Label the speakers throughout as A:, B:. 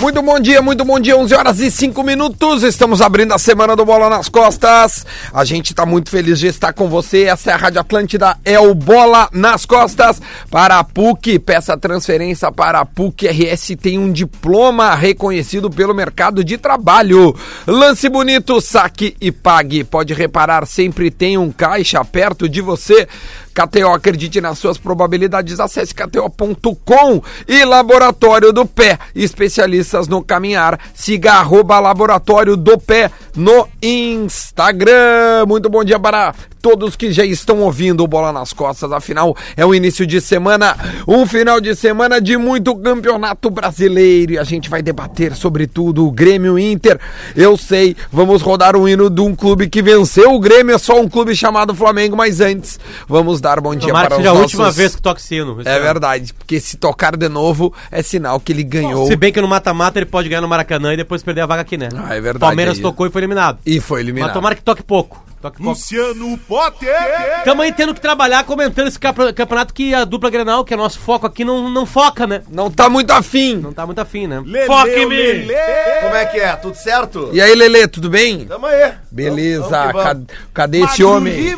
A: Muito bom dia, muito bom dia, 11 horas e 5 minutos. Estamos abrindo a semana do Bola nas Costas. A gente está muito feliz de estar com você. Essa é a Rádio Atlântida, é o Bola nas Costas para a PUC. Peça transferência para a PUC RS. Tem um diploma reconhecido pelo mercado de trabalho. Lance bonito, saque e pague. Pode reparar, sempre tem um caixa perto de você. KTO, acredite nas suas probabilidades, acesse kto.com e Laboratório do Pé, especialistas no caminhar, siga arroba Laboratório do Pé no Instagram. Muito bom dia para todos que já estão ouvindo o Bola nas Costas, afinal é o início de semana, um final de semana de muito campeonato brasileiro e a gente vai debater sobre tudo, o Grêmio Inter, eu sei, vamos rodar o hino de um clube que venceu o Grêmio, é só um clube chamado Flamengo, mas antes, vamos dar bom dia
B: Tomara que
A: para os
B: seja é a
A: nossos...
B: última vez que toque sino.
A: É verdade, porque se tocar de novo é sinal que ele ganhou
B: Se bem que no mata-mata ele pode ganhar no Maracanã e depois perder a vaga aqui, né?
A: Ah, é verdade,
B: Palmeiras
A: aí.
B: tocou e foi eliminado.
A: e foi eliminado.
B: Mas tomara que toque pouco. Toque pouco.
C: Luciano Potter.
B: Tamo aí tendo que trabalhar comentando esse campe- campeonato que a dupla Grenal, que é nosso foco aqui, não, não foca, né?
A: Não tá muito afim.
B: Não tá muito afim, né?
C: Foque me.
D: Como é que é? Tudo certo?
A: E aí, Lelê, tudo bem?
D: Tamo aí.
A: Beleza,
D: Vamos que vamos.
A: cad- cadê esse homem?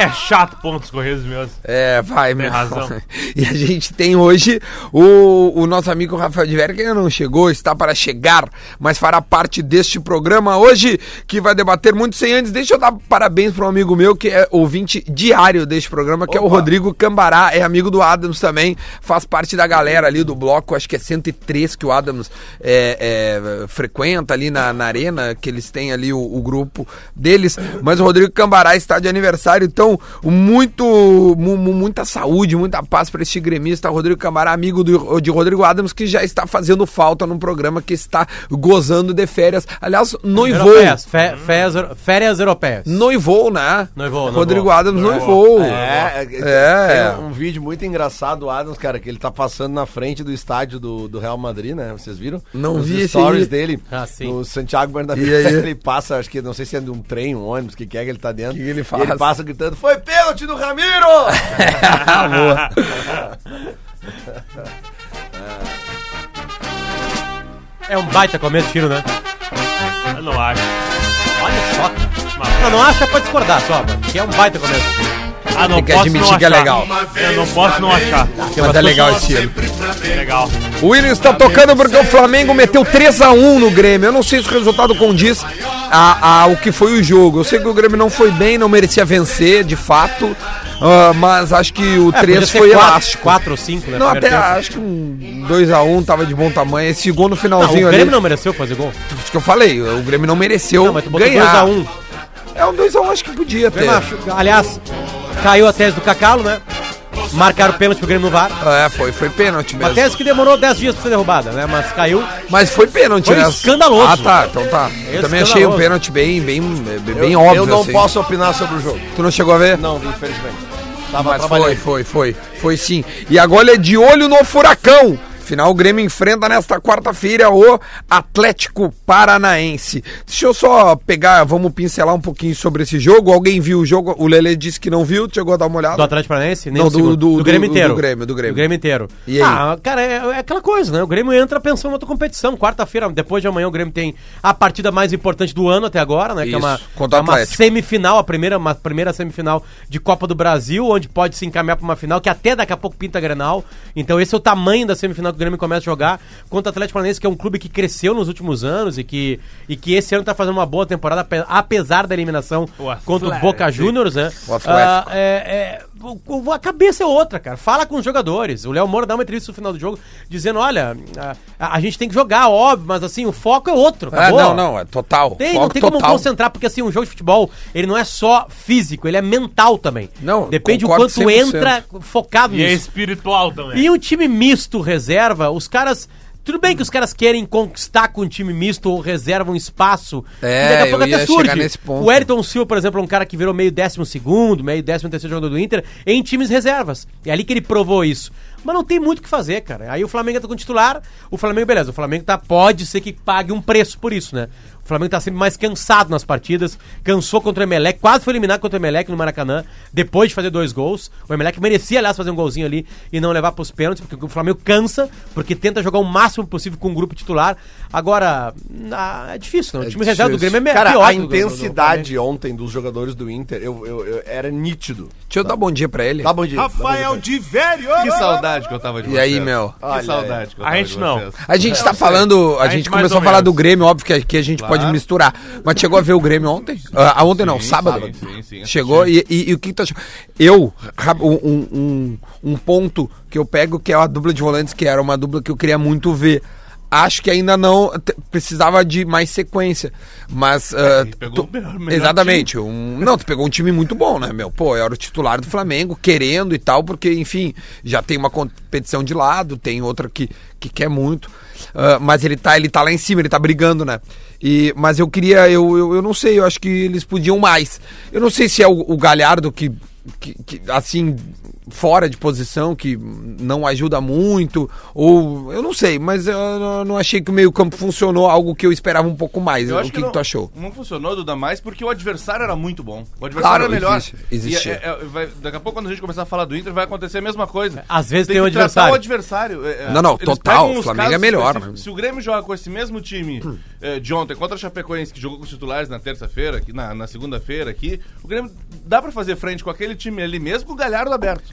E: É chato pontos corridos mesmo.
A: É, vai, meu.
E: razão.
A: E a gente tem hoje o, o nosso amigo Rafael de Vera, que ainda não chegou, está para chegar, mas fará parte deste programa hoje, que vai debater muito sem antes. Deixa eu dar parabéns para um amigo meu que é ouvinte diário deste programa, que é o Rodrigo Cambará, é amigo do Adams também, faz parte da galera ali do bloco, acho que é 103 que o Adams é, é, frequenta ali na, na arena, que eles têm ali o, o grupo deles, mas o Rodrigo Cambará está de aniversário, então muito, mu- mu- muita saúde, muita paz para este gremista, Rodrigo Cambará, amigo do- de Rodrigo Adams, que já está fazendo falta num programa que está gozando de férias, aliás, noivou,
B: Europeias, fe- férias, euro- férias europeias.
A: noivou, né?
B: Noivou, noivou.
A: Rodrigo Adams noivou.
D: É,
A: É.
D: é, tem um vídeo muito engraçado do Adams, cara, que ele tá passando na frente do estádio do, do Real Madrid, né? Vocês viram?
A: Não
D: Os
A: vi esse
D: stories
A: aí.
D: dele.
B: Ah, sim.
D: No Santiago Bernabéu,
A: E aí?
D: ele passa, acho que, não sei se é de um trem, um ônibus, o que que é que ele tá dentro.
A: Que que ele
D: E
A: faz?
D: ele passa gritando, foi pênalti do Ramiro!
B: É um baita começo de tiro, né?
E: Eu não acho.
B: Olha só.
E: Mas-
B: Não, não acha pra discordar só, mano. Que é um baita começo.
E: Ah, não
A: Tem que
E: posso
A: admitir
E: não
A: que é
E: achar.
A: legal.
E: Eu não posso não achar.
A: Mas é legal esse time.
E: É legal.
A: O Willian está tocando porque o Flamengo meteu 3x1 no Grêmio. Eu não sei se o resultado condiz a- ao que foi o jogo. Eu sei que o Grêmio não foi bem, não merecia vencer, de fato. ah, mas acho que o
B: É,
A: 3
B: podia ser
A: foi
B: quatro-
A: elástico.
B: quatro ou cinco, né?
A: Não, até
B: primeiro tempo.
A: acho que um 2x1 tava de bom tamanho. Esse gol no
B: Não, o
A: finalzinho
B: Grêmio
A: ali.
B: não mereceu fazer gol.
A: Acho que eu falei, o Grêmio não mereceu
B: Não, mas tu botou
A: ganhar.
B: 2x1.
A: É um 2x1, acho que podia ter.
B: Grêmio achou- Aliás, caiu a tese do Cacalo, né? Marcaram o pênalti pro Grêmio no VAR.
A: É, foi, foi pênalti
B: Uma
A: mesmo.
B: tese que demorou 10 dias pra ser derrubada, né? Mas caiu.
A: Mas foi pênalti,
B: Foi
A: né?
B: escandaloso.
A: Ah, tá, então tá. Eu também achei um
B: Escandaloso.
A: pênalti bem, bem, bem,
D: eu,
A: óbvio.
D: Eu não
A: assim.
D: posso opinar sobre o jogo.
A: Tu não chegou a ver?
D: Não, infelizmente. Tava
A: Mas foi,
D: trabalhando.
A: foi, foi. Foi sim. E agora é de olho no furacão. Final o Grêmio enfrenta nesta quarta-feira o Atlético Paranaense. Deixa eu só pegar, vamos pincelar um pouquinho sobre esse jogo. Alguém viu o jogo? O Lele disse que não viu, chegou a dar uma olhada.
B: Do Atlético Paranaense? Nem
A: Não,
B: um
A: do-
B: segundo.
A: do- do-
B: Grêmio
A: do
B: inteiro.
A: Grêmio, do Grêmio.
B: inteiro.
A: E aí?
B: Ah, cara, é, é aquela coisa, né? O Grêmio entra pensando em outra competição. Quarta-feira, depois de amanhã, o Grêmio tem a partida mais importante do ano até agora, né? Que é uma,
A: Isso, contra o
B: é uma
A: Atlético.
B: semifinal, a primeira, uma primeira semifinal de Copa do Brasil, onde pode se encaminhar para uma final, que até daqui a pouco pinta Grenal. Então esse é o tamanho da semifinal que o Grêmio começa a jogar contra o Atlético Paranaense, que é um clube que cresceu nos últimos anos e que, e que esse ano tá fazendo uma boa temporada, ape- apesar da eliminação
E: O Atlético.
B: contra o Boca Juniors, né?
A: O Atlético.
B: Ah, é, é, o- o- a cabeça é outra, cara. Fala com os jogadores. O Léo Moura dá uma entrevista no final do jogo dizendo: olha, a, a gente tem que jogar, óbvio, mas assim, o foco é outro.
A: Ah,
B: acabou."
A: não, não, é total.
B: Tem, não
A: Foco
B: tem como
A: total.
B: concentrar, porque assim, um jogo de futebol, ele não é só físico, ele é mental também.
A: Não,
B: Depende o
A: concordo
B: quanto
A: 100%.
B: entra focado
E: E é
B: nisso.
E: espiritual também.
B: E o time misto reserva, os caras. Tudo bem que os caras querem conquistar com um time misto ou reserva um espaço.
A: É, eu ia chegar nesse ponto.
B: O Ayrton Silva, por exemplo, é um cara que virou meio décimo segundo, meio décimo terceiro jogador do Inter em times reservas. É ali que ele provou isso. Mas não tem muito o que fazer, cara. Aí o Flamengo tá com o titular, o Flamengo, beleza, o Flamengo tá, pode ser que pague um preço por isso, né? O Flamengo tá sempre mais cansado nas partidas. Cansou contra o Emelec, quase foi eliminado contra o Emelec no Maracanã, depois de fazer dois gols. O Emelec merecia, aliás, fazer um golzinho ali e não levar pros pênaltis, porque o Flamengo cansa, porque tenta jogar o máximo possível com o grupo titular. Agora, ah, é difícil, não. O time reserva do
D: Difícil.
B: Grêmio é me-
D: Cara,
B: pior
D: a
B: que o do- do- do- do
D: intensidade ontem dos jogadores do Inter eu, eu- eu- era nítido.
A: Deixa eu dar bom dia pra ele.
D: Tá bom, dia.
A: é
C: Rafael de Velho.
F: Que saudade que eu tava de
A: E aí, meu?
F: Que
D: Olha
F: saudade que eu
E: A
F: tava
E: gente
F: de
E: não.
F: vocês.
A: A gente tá falando, a,
E: A
A: gente,
E: gente mais
A: começou a
E: ou
A: falar
E: menos.
A: do Grêmio, óbvio que aqui a gente pode misturar. Mas chegou a ver o Grêmio ontem? Ah, ontem não,
F: Sim,
A: sábado.
F: sim, sim, sim,
A: chegou e, e- e o que tu achou? Eu, ra- um, um, um- um ponto que eu pego que é a dupla de volantes, que era uma dupla que eu queria muito ver. Acho que ainda não te- precisava de mais sequência, mas ah,
F: É, gente pegou
A: tu-
F: o melhor- melhor
A: exatamente um, não tu pegou um time muito bom né meu pô era o titular do Flamengo querendo e tal porque enfim já tem uma competição de lado tem outra que, que quer muito Ah, mas ele tá ele tá lá em cima ele tá brigando né e mas eu queria eu, eu, eu não sei eu acho que eles podiam mais eu não sei se é o, o Galhardo que, que, que, assim fora de posição que não ajuda muito ou eu não sei mas eu não- não achei que o meio campo funcionou algo que eu esperava um pouco mais
F: Eu
A: o
F: acho
A: que, que
F: não-
A: tu achou
F: Não funcionou, Duda, mais porque o adversário era muito bom. O
A: Claro,
F: adversário era melhor.
A: existe, existe.
F: E é- é- vai- daqui a pouco, quando a gente começar a falar do Inter, vai acontecer a mesma coisa.
B: Às vezes tem
F: que
B: um
F: tratar
B: adversário.
F: o adversário. é, é,
A: Não, não,
F: eles
A: total,
F: pegam uns
A: o Flamengo
F: casos
A: é melhor,
F: específicos.
A: né?
F: Se o Grêmio joga com esse mesmo time é, de ontem contra a Chapecoense, que jogou com os titulares na terça-feira, aqui, na, na segunda-feira aqui, o Grêmio dá pra fazer frente com aquele time ali, mesmo com o Galhardo aberto.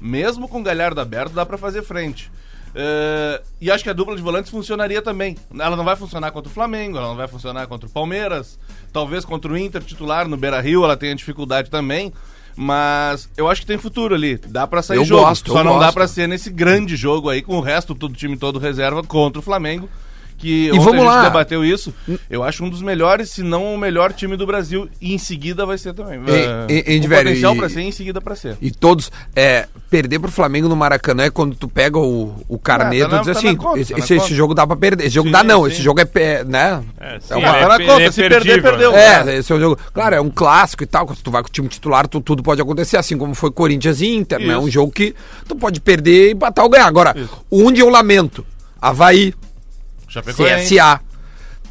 F: Mesmo com o Galhardo aberto, dá pra fazer frente. É, e acho que a dupla de volantes funcionaria também. Ela não vai funcionar contra o Flamengo, ela não vai funcionar contra o Palmeiras, talvez contra o Inter titular no Beira Rio, ela tenha dificuldade também. Mas eu acho que tem futuro ali. Dá pra sair
A: Eu
F: jogo.
A: gosto,
F: só
A: eu
F: não dá
A: gosto.
F: pra ser nesse grande jogo aí, com o resto do time todo reserva contra o Flamengo. Que
A: vamos
F: a gente
A: lá.
F: debateu isso. Eu acho um dos melhores, se não o melhor time do Brasil. E em seguida vai ser também. Eh,
A: e-
F: com
A: e, velho,
F: potencial
A: e-
F: pra ser e em seguida pra ser.
A: E todos. É, perder pro Flamengo no Maracanã é quando tu pega o, o
F: Ah,
A: carneiro
F: tá
A: e
F: na-
A: diz
F: tá na
A: assim:
F: conta,
A: esse,
F: tá na
A: esse- esse
F: conta.
A: jogo dá pra perder. Esse jogo
F: Sim,
A: dá não,
F: sim.
A: esse jogo é. pé- né?
E: É, sim,
A: É uma-
E: é,
F: tá na
E: pe-
F: conta,
E: é
F: se perder,
E: perdível,
F: perdeu.
A: É,
E: né?
A: esse é o jogo. Claro, é um clássico e tal. Quando tu vai com o time titular, tu- tudo pode acontecer, assim como foi Corinthians e Inter, né? É um jogo que tu pode perder e batalhar ou ganhar. Agora, onde eu lamento? Havaí,
F: Chapecoense.
A: CSA,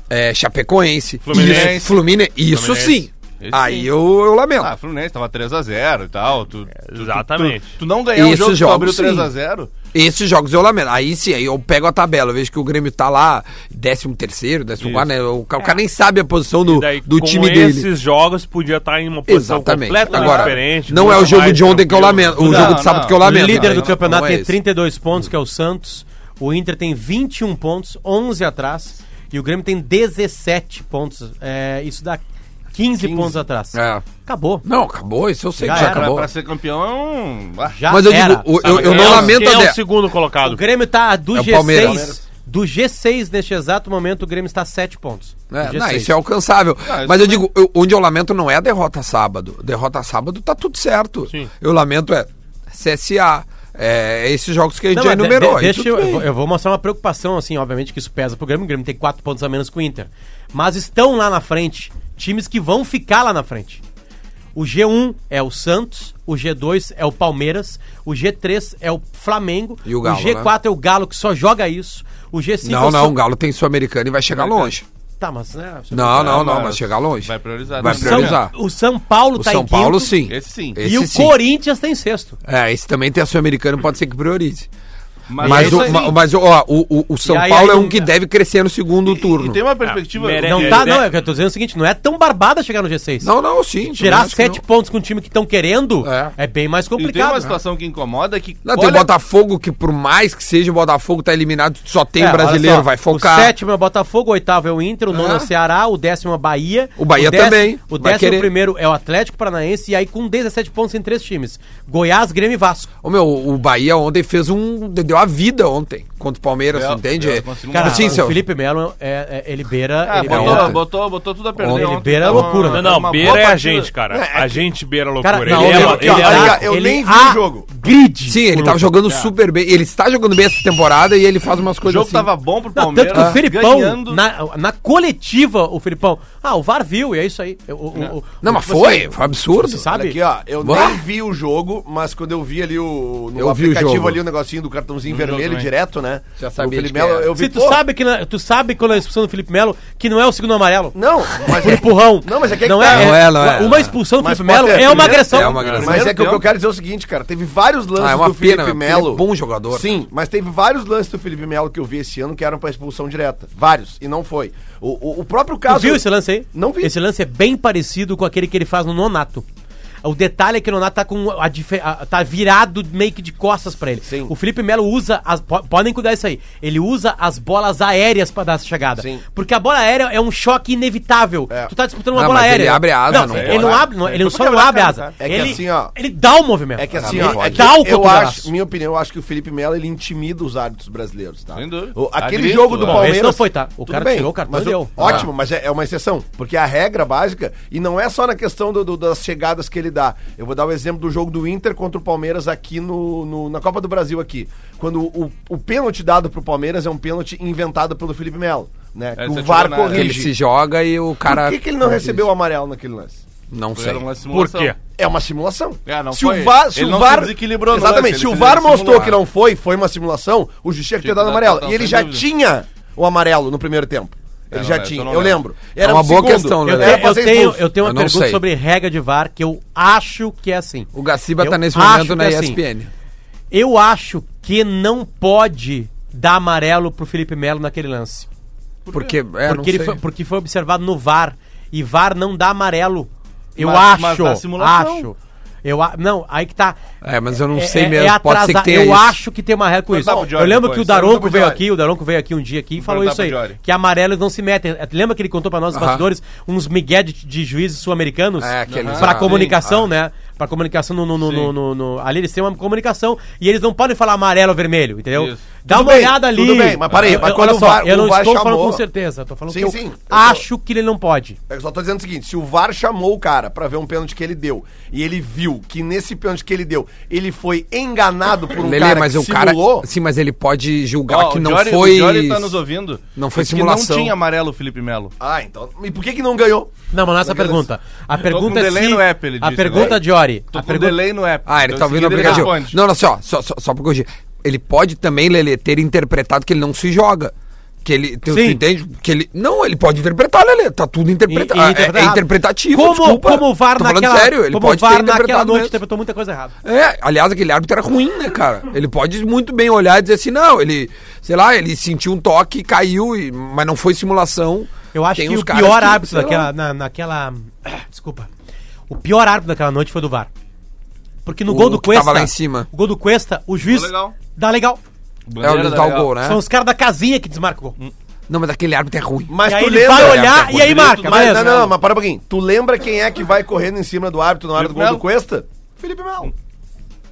A: é, Chapecoense,
F: Fluminense.
A: Isso, Fluminense, isso
F: Fluminense.
A: sim.
F: Esse
A: Aí
F: sim.
A: eu, eu lamento.
F: Ah, Fluminense tava 3x0 e tal. Tu, tu-
E: exatamente.
F: Tu, tu não ganhar
A: Esses
F: um jogo que tu
A: jogos,
F: abriu
A: sim.
F: 3x0.
A: Esses jogos eu lamento. Aí sim, aí eu pego a tabela, eu vejo que o Grêmio tá lá, 13 terceiro, 14 quarto, né? O,
B: É.
A: ca- o cara nem sabe a posição do,
E: Daí,
A: do
E: com
A: time
E: esses
A: dele.
E: jogos podia estar em uma posição
A: Exatamente.
E: completamente
A: Agora,
E: diferente.
A: não é o
E: muito
A: jogo
E: mais
A: de ontem que eu
E: tranquilo.
A: lamento, o
F: Não,
A: jogo de sábado
F: não.
A: que eu lamento.
B: O líder do
A: Não,
B: campeonato
A: não é
B: tem
A: esse.
B: 32 pontos, que é o Santos. O Inter tem 21 pontos, 11 atrás. E o Grêmio tem 17 pontos. É, isso dá 15, pontos atrás.
A: É.
B: Acabou.
A: Não, acabou, isso eu sei
B: Já
A: que já
B: era,
F: Pra,
A: acabou.
F: pra ser campeão é um. Ah,
B: Já
A: Mas eu
B: era.
A: digo, o-
B: Sabe?
A: eu, eu
E: Quem
A: não
E: é o-
A: lamento
E: quem
A: a
E: é o
A: de...
E: segundo
B: O
E: colocado.
B: Grêmio tá do
A: É o
B: G6.
A: Palmeiras.
B: Do G6 neste exato momento, o Grêmio está a 7 pontos. Do
A: É, não,
B: G6.
A: isso é alcançável.
F: Ah,
A: Mas
B: é-
F: isso
A: eu digo, eu- onde eu lamento não é a derrota sábado. Derrota sábado tá tudo certo.
E: Sim.
A: Eu lamento é CSA, é esses jogos que a gente
B: Não,
A: já
B: mas de-
A: enumerou.
B: de-
A: aí
B: deixa
A: tudo
B: eu,
A: bem.
B: eu vou- eu vou mostrar uma preocupação, assim, obviamente que isso pesa pro Grêmio. O Grêmio tem quatro pontos a menos que o Inter. Mas estão lá na frente times que vão ficar lá na frente. O G1 é o Santos, o G2 é o Palmeiras, o G3 é o Flamengo,
A: E o Galo, né?
B: G4 é o Galo que só joga isso, o G5 é
A: Não,
B: o
A: não,
B: Sa-
A: o Galo tem Sul-Americano e vai chegar longe.
B: Tá, mas né,
A: Não, não, não,
F: mas
A: vai chegar longe.
F: vai priorizar,
A: Vai
F: né?
A: priorizar.
B: O São Paulo
A: O
B: tá
A: São
B: em
A: Paulo,
B: quinto,
A: sim.
F: Esse sim.
A: Esse
B: e o
A: sim.
B: Corinthians tá em sexto.
A: É, esse também tem a Sul-Americano, pode ser que priorize. Mas,
F: é isso
A: o,
F: aí.
A: ma- mas ó, o, o, o São
B: E aí,
A: Paulo é
B: aí
A: um
B: não-
A: que deve crescer no segundo turno.
F: E tem uma perspectiva.
E: Ah, merece.
B: Não
E: é,
B: tá,
E: é.
B: não, é que eu tô dizendo o seguinte, não é tão barbada chegar no G6.
A: Não, não, sim.
B: Tirar
A: também acho que
B: sete
A: não.
B: pontos com o time que estão querendo
A: É.
B: é. bem mais
F: E tem
B: complicado.
A: tá
F: uma
B: né?
F: situação que incomoda que.
A: Não, tem o
F: olha-
A: Botafogo, que por mais que seja o Botafogo, tá eliminado, só tem
B: É, olha
A: brasileiro,
B: só,
A: vai focar.
B: O sétimo é o Botafogo, o oitavo é o Inter, o nono é o Ceará, o décimo é o Bahia.
A: O Bahia
B: décimo-
A: também,
B: O
A: vai
B: décimo
A: querer.
B: primeiro é o Atlético Paranaense, e aí com 17 pontos em três times. Goiás, Grêmio e Vasco.
A: Ô, meu, o Bahia ontem fez um. Deu a vida ontem contra o Palmeiras,
F: Bel-
A: entende?
F: Bel- conseguiu
B: Cara,
F: Cara,
A: assim,
B: o
A: seu-
B: Felipe Melo, é, é- ele beira...
F: Ah,
B: ele
A: é
F: botou,
B: beira-
A: ontem.
F: botou, botou tudo a perder.
A: Ele
F: ontem.
B: beira a
F: Então,
B: loucura, né?
F: é
E: Não, não,
F: uma boa
E: beira é a
F: partida.
E: gente, cara. a gente beira a
B: Cara,
E: loucura.
B: não,
E: ele é,
B: meu,
E: uma-
B: ele
E: ele é
B: dá-
D: eu
B: ele
D: nem vi o
B: a-
D: jogo.
B: Grid.
A: Sim, ele
B: O
A: tava
B: Lucas.
A: jogando super bem. Ele está jogando bem essa temporada e ele faz umas
F: O
A: coisas
F: jogo
A: assim.
F: tava bom pro
B: Não,
F: Palmeiras.
B: tanto que o Felipão,
F: ganhando.
B: na, na coletiva, o Felipão. Ah, o VAR viu, e é isso aí. O- o- o-
A: Não, mas
B: tipo
A: foi,
B: assim,
A: foi absurdo.
B: sabe?
D: Olha aqui, ó, eu
A: Bah.
D: nem vi o jogo, mas quando eu vi ali o no
A: Eu vi o
D: aplicativo
A: jogo.
D: ali o negocinho do cartãozinho cartãozinho vermelho
F: também.
D: direto, né?
A: Já sabia
D: o
A: de
D: Felipe
A: quem
D: Melo,
A: era.
D: eu vi,
B: Se tu
D: pô,
B: sabe que na- tu sabe quando é a expulsão do Felipe Melo que não é o segundo amarelo.
D: Não,
F: um
D: mas
B: Por um empurrão.
D: Hum. Não, mas é que é que
B: não,
D: tá.
B: é,
A: Não é, não é, não
B: Uma
A: é.
B: expulsão do
D: Mas
B: Felipe Melo
D: pode ter. né?
B: é uma
D: Primeiro-
B: agressão.
A: é uma agressão.
D: Mas
F: Primeiro
D: é que o que eu
F: tempo.
D: quero dizer é o seguinte, cara, teve vários lances
A: Ah, é uma
D: do
A: pena,
D: Felipe
A: meu, porque
D: Melo.
A: ele é bom jogador.
D: Sim, mas teve vários lances do Felipe Melo que eu vi esse ano que eram pra expulsão direta. Vários, e não foi. O, o, o próprio
B: Tu
D: caso...
B: viu esse lance aí?
D: Não vi.
B: Esse lance é bem parecido com aquele que ele faz no Nonato. O detalhe é que o Nonato tá com a dife- a- tá virado meio que de costas pra ele.
D: Sim.
B: O Felipe Melo usa as po- podem cuidar disso aí. Ele usa as bolas aéreas pra dar essa chegada.
D: Sim.
B: Porque a bola aérea é um choque inevitável.
D: É.
B: Tu tá disputando uma
A: Ah,
B: bola
A: mas ele
B: aérea.
A: abre a asa,
B: não,
A: não
B: ele
A: pode.
B: não abre, não, ele não
D: Só
B: só
D: porque
B: não
D: abre
B: abre
D: a
B: a
D: cara,
B: asa.
D: cara. É que
B: ele,
D: assim, ó.
B: ele dá o movimento. Tá.
D: É que assim,
A: não
D: ó,
A: pode.
D: é que
B: Ah, Dá o
D: eu
B: cotovelaço.
D: acho, minha opinião, eu acho que o Felipe Melo ele intimida os árbitros brasileiros, tá?
F: Sem dúvida.
D: O- aquele
F: Agrito,
D: jogo do
F: é. Não,
D: Palmeiras.
B: esse não foi, tá? O
D: Tudo
B: cara tirou o cartão
D: mas
B: e deu. Ah.
D: Ótimo, mas é, é uma exceção, porque a regra básica e não é só na questão do- do- das chegadas que ele dá. Eu vou dar o exemplo do jogo do Inter contra o Palmeiras aqui no, no- na Copa do Brasil aqui, quando o, o pênalti dado pro Palmeiras é um pênalti inventado pelo Felipe Melo, né?
F: É,
D: que
F: você
D: o VAR
F: tirou na-
A: Ele se
D: corrige.
A: joga e o cara.
D: Por que, que ele não recebeu o amarelo naquele lance?
A: Não sei.
F: Era uma
E: Por
F: simulação.
E: quê?
D: É uma simulação.
F: É, não
D: se
F: foi-
D: o VAR, se
F: ele
D: o
F: não
D: VAR
F: se desequilibrou no
D: Exatamente.
F: lance,
D: se
F: ele
D: o
F: se
D: VAR
F: simulou.
D: mostrou que não foi, foi uma simulação, o juiz tinha que ter
F: Tinha
D: dado
F: que dar
D: amarelo.
F: total,
D: E ele
F: sem
D: já
F: dúvida.
D: tinha o amarelo no primeiro tempo. Ele
F: É,
D: já
F: não, essa
D: tinha,
F: eu não
D: eu
F: lembro.
D: lembro. um
A: É uma
D: no
A: boa questão, né, Lele?
B: Eu, tenho-
D: Era pra
B: eu
D: ser
B: tenho,
D: expulso.
B: eu tenho uma
A: Eu não
B: pergunta
A: sei.
B: sobre regra de VAR que eu acho que é assim.
A: O Gaciba
B: Eu
A: tá nesse
B: acho
A: momento
B: que
A: na
B: é assim.
A: ESPN.
B: Eu acho que não pode dar amarelo pro Felipe Melo naquele lance.
A: Porque, é, não
B: porque, ele
A: sei.
B: foi, porque foi observado no VAR. E VAR não dá amarelo. Eu
F: Mas-
B: acho.
F: mas na simulação.
B: Acho. Eu, a- não, aí que tá.
A: É, mas eu não
B: É-
A: sei
B: é-
A: mesmo.
B: é
A: Pode ser que
B: atrasar-
A: tenha
B: Eu
A: isso.
B: acho que tem amarelo com isso.
F: Perguntar pro Diori
B: eu lembro
F: depois,
B: que o
F: pergunta
B: Daronco
D: pro
B: veio
D: Diori.
B: aqui, o Daronco veio aqui um dia aqui e falou
F: perguntar
B: isso aí.
F: pro Diori.
B: Que amarelos não se metem. É, Lembra que ele contou pra nós, os
A: Aham.
B: bastidores, uns migué de, de juízes sul-americanos?
A: É, aqueles-
B: Pra
A: ah,
B: comunicação, né? Pra comunicação no, no- no- no- no- no- Ali eles têm uma comunicação e eles não podem falar amarelo ou vermelho, entendeu?
F: Isso.
B: Dá
D: Tudo
B: uma
D: bem,
B: olhada ali.
D: tudo bem, mas peraí,
B: Eu-
D: mas
B: eu-
D: quando
B: olha
D: o
B: só,
D: VAR-
B: eu
D: o
B: não
D: VAR
B: estou falando
D: chamou-
B: com certeza. eu Tô falando
D: Sim,
B: que eu
D: sim, eu tô-
B: acho que ele não pode.
D: Eu só tô dizendo o seguinte, se o VAR chamou o cara pra ver um pênalti que ele deu e ele viu que nesse pênalti que ele deu, ele foi enganado por um
A: Lele,
D: cara
A: mas
D: que
A: o cara.
D: simulou,
A: Sim, mas ele pode julgar
F: Ó,
A: que
F: o
A: não
F: Diori-
A: foi.
F: O Diori tá nos ouvindo.
A: não foi
F: Diz que
A: simulação.
F: Não tinha amarelo o Felipe Melo.
D: Ah, então, e por que que não ganhou?
B: Não, mas não é essa a
D: Naquele
B: pergunta. A pergunta
F: com
B: é
F: delay
B: se...
F: no app, ele
B: a
F: disse,
B: pergunta,
F: né?
B: Diori...
F: Tô
B: a
F: com
B: pergunta-
F: delay no app.
A: Ah, ele
F: Então,
A: tá
F: em
A: ouvindo o
F: seguida ele
A: aplicativo.
F: responde.
A: Não, não, só, só, só, só pra corrigir. Ele pode também, Lele, ter interpretado que ele não se joga. Que ele. Tu, tu
B: Sim.
A: entende? Que ele. Não, ele pode interpretar, Lele. Tá tudo interpretado.
B: E- e
A: é, é interpretativo.
B: Como,
A: desculpa.
B: como o VAR
A: Tô falando
B: naquela,
A: sério, ele
B: como o
A: pode
B: VAR
A: ter
B: naquela
A: interpretado
B: noite
A: mesmo.
B: interpretou muita coisa errada.
A: É, aliás, aquele árbitro era ruim, né, cara? Ele pode muito bem olhar e dizer assim, não, ele, sei lá, ele sentiu um toque, caiu, e- mas não foi simulação.
B: Eu acho
A: Tem
B: que
A: uns
B: o
A: caras
B: pior
A: que,
B: árbitro
A: sei
B: daquela,
A: lá. é
B: na, naquela... Desculpa. O pior árbitro daquela noite foi do VAR. Porque no
A: O
B: gol do
A: que tava
B: Cuesta...
A: lá em cima.
B: O gol do Cuesta, o juiz...
F: Dá legal.
B: Dá legal.
A: É, o
F: Bandeira da
A: resultado
F: Real.
A: gol, né?
B: São os caras da casinha que desmarcou.
A: Não, mas aquele árbitro é ruim.
D: Mas
B: e aí
D: tu
B: ele
D: lembra,
B: vai
A: Gabriel,
B: olhar e aí
F: direito
B: marca,
F: do-
D: Mas,
B: beleza?
D: não, não, não, mas para um pouquinho. Tu lembra quem é que vai correndo em cima do árbitro na hora do
F: Felipe
D: gol do
F: Melo.
D: Cuesta? Felipe Melo.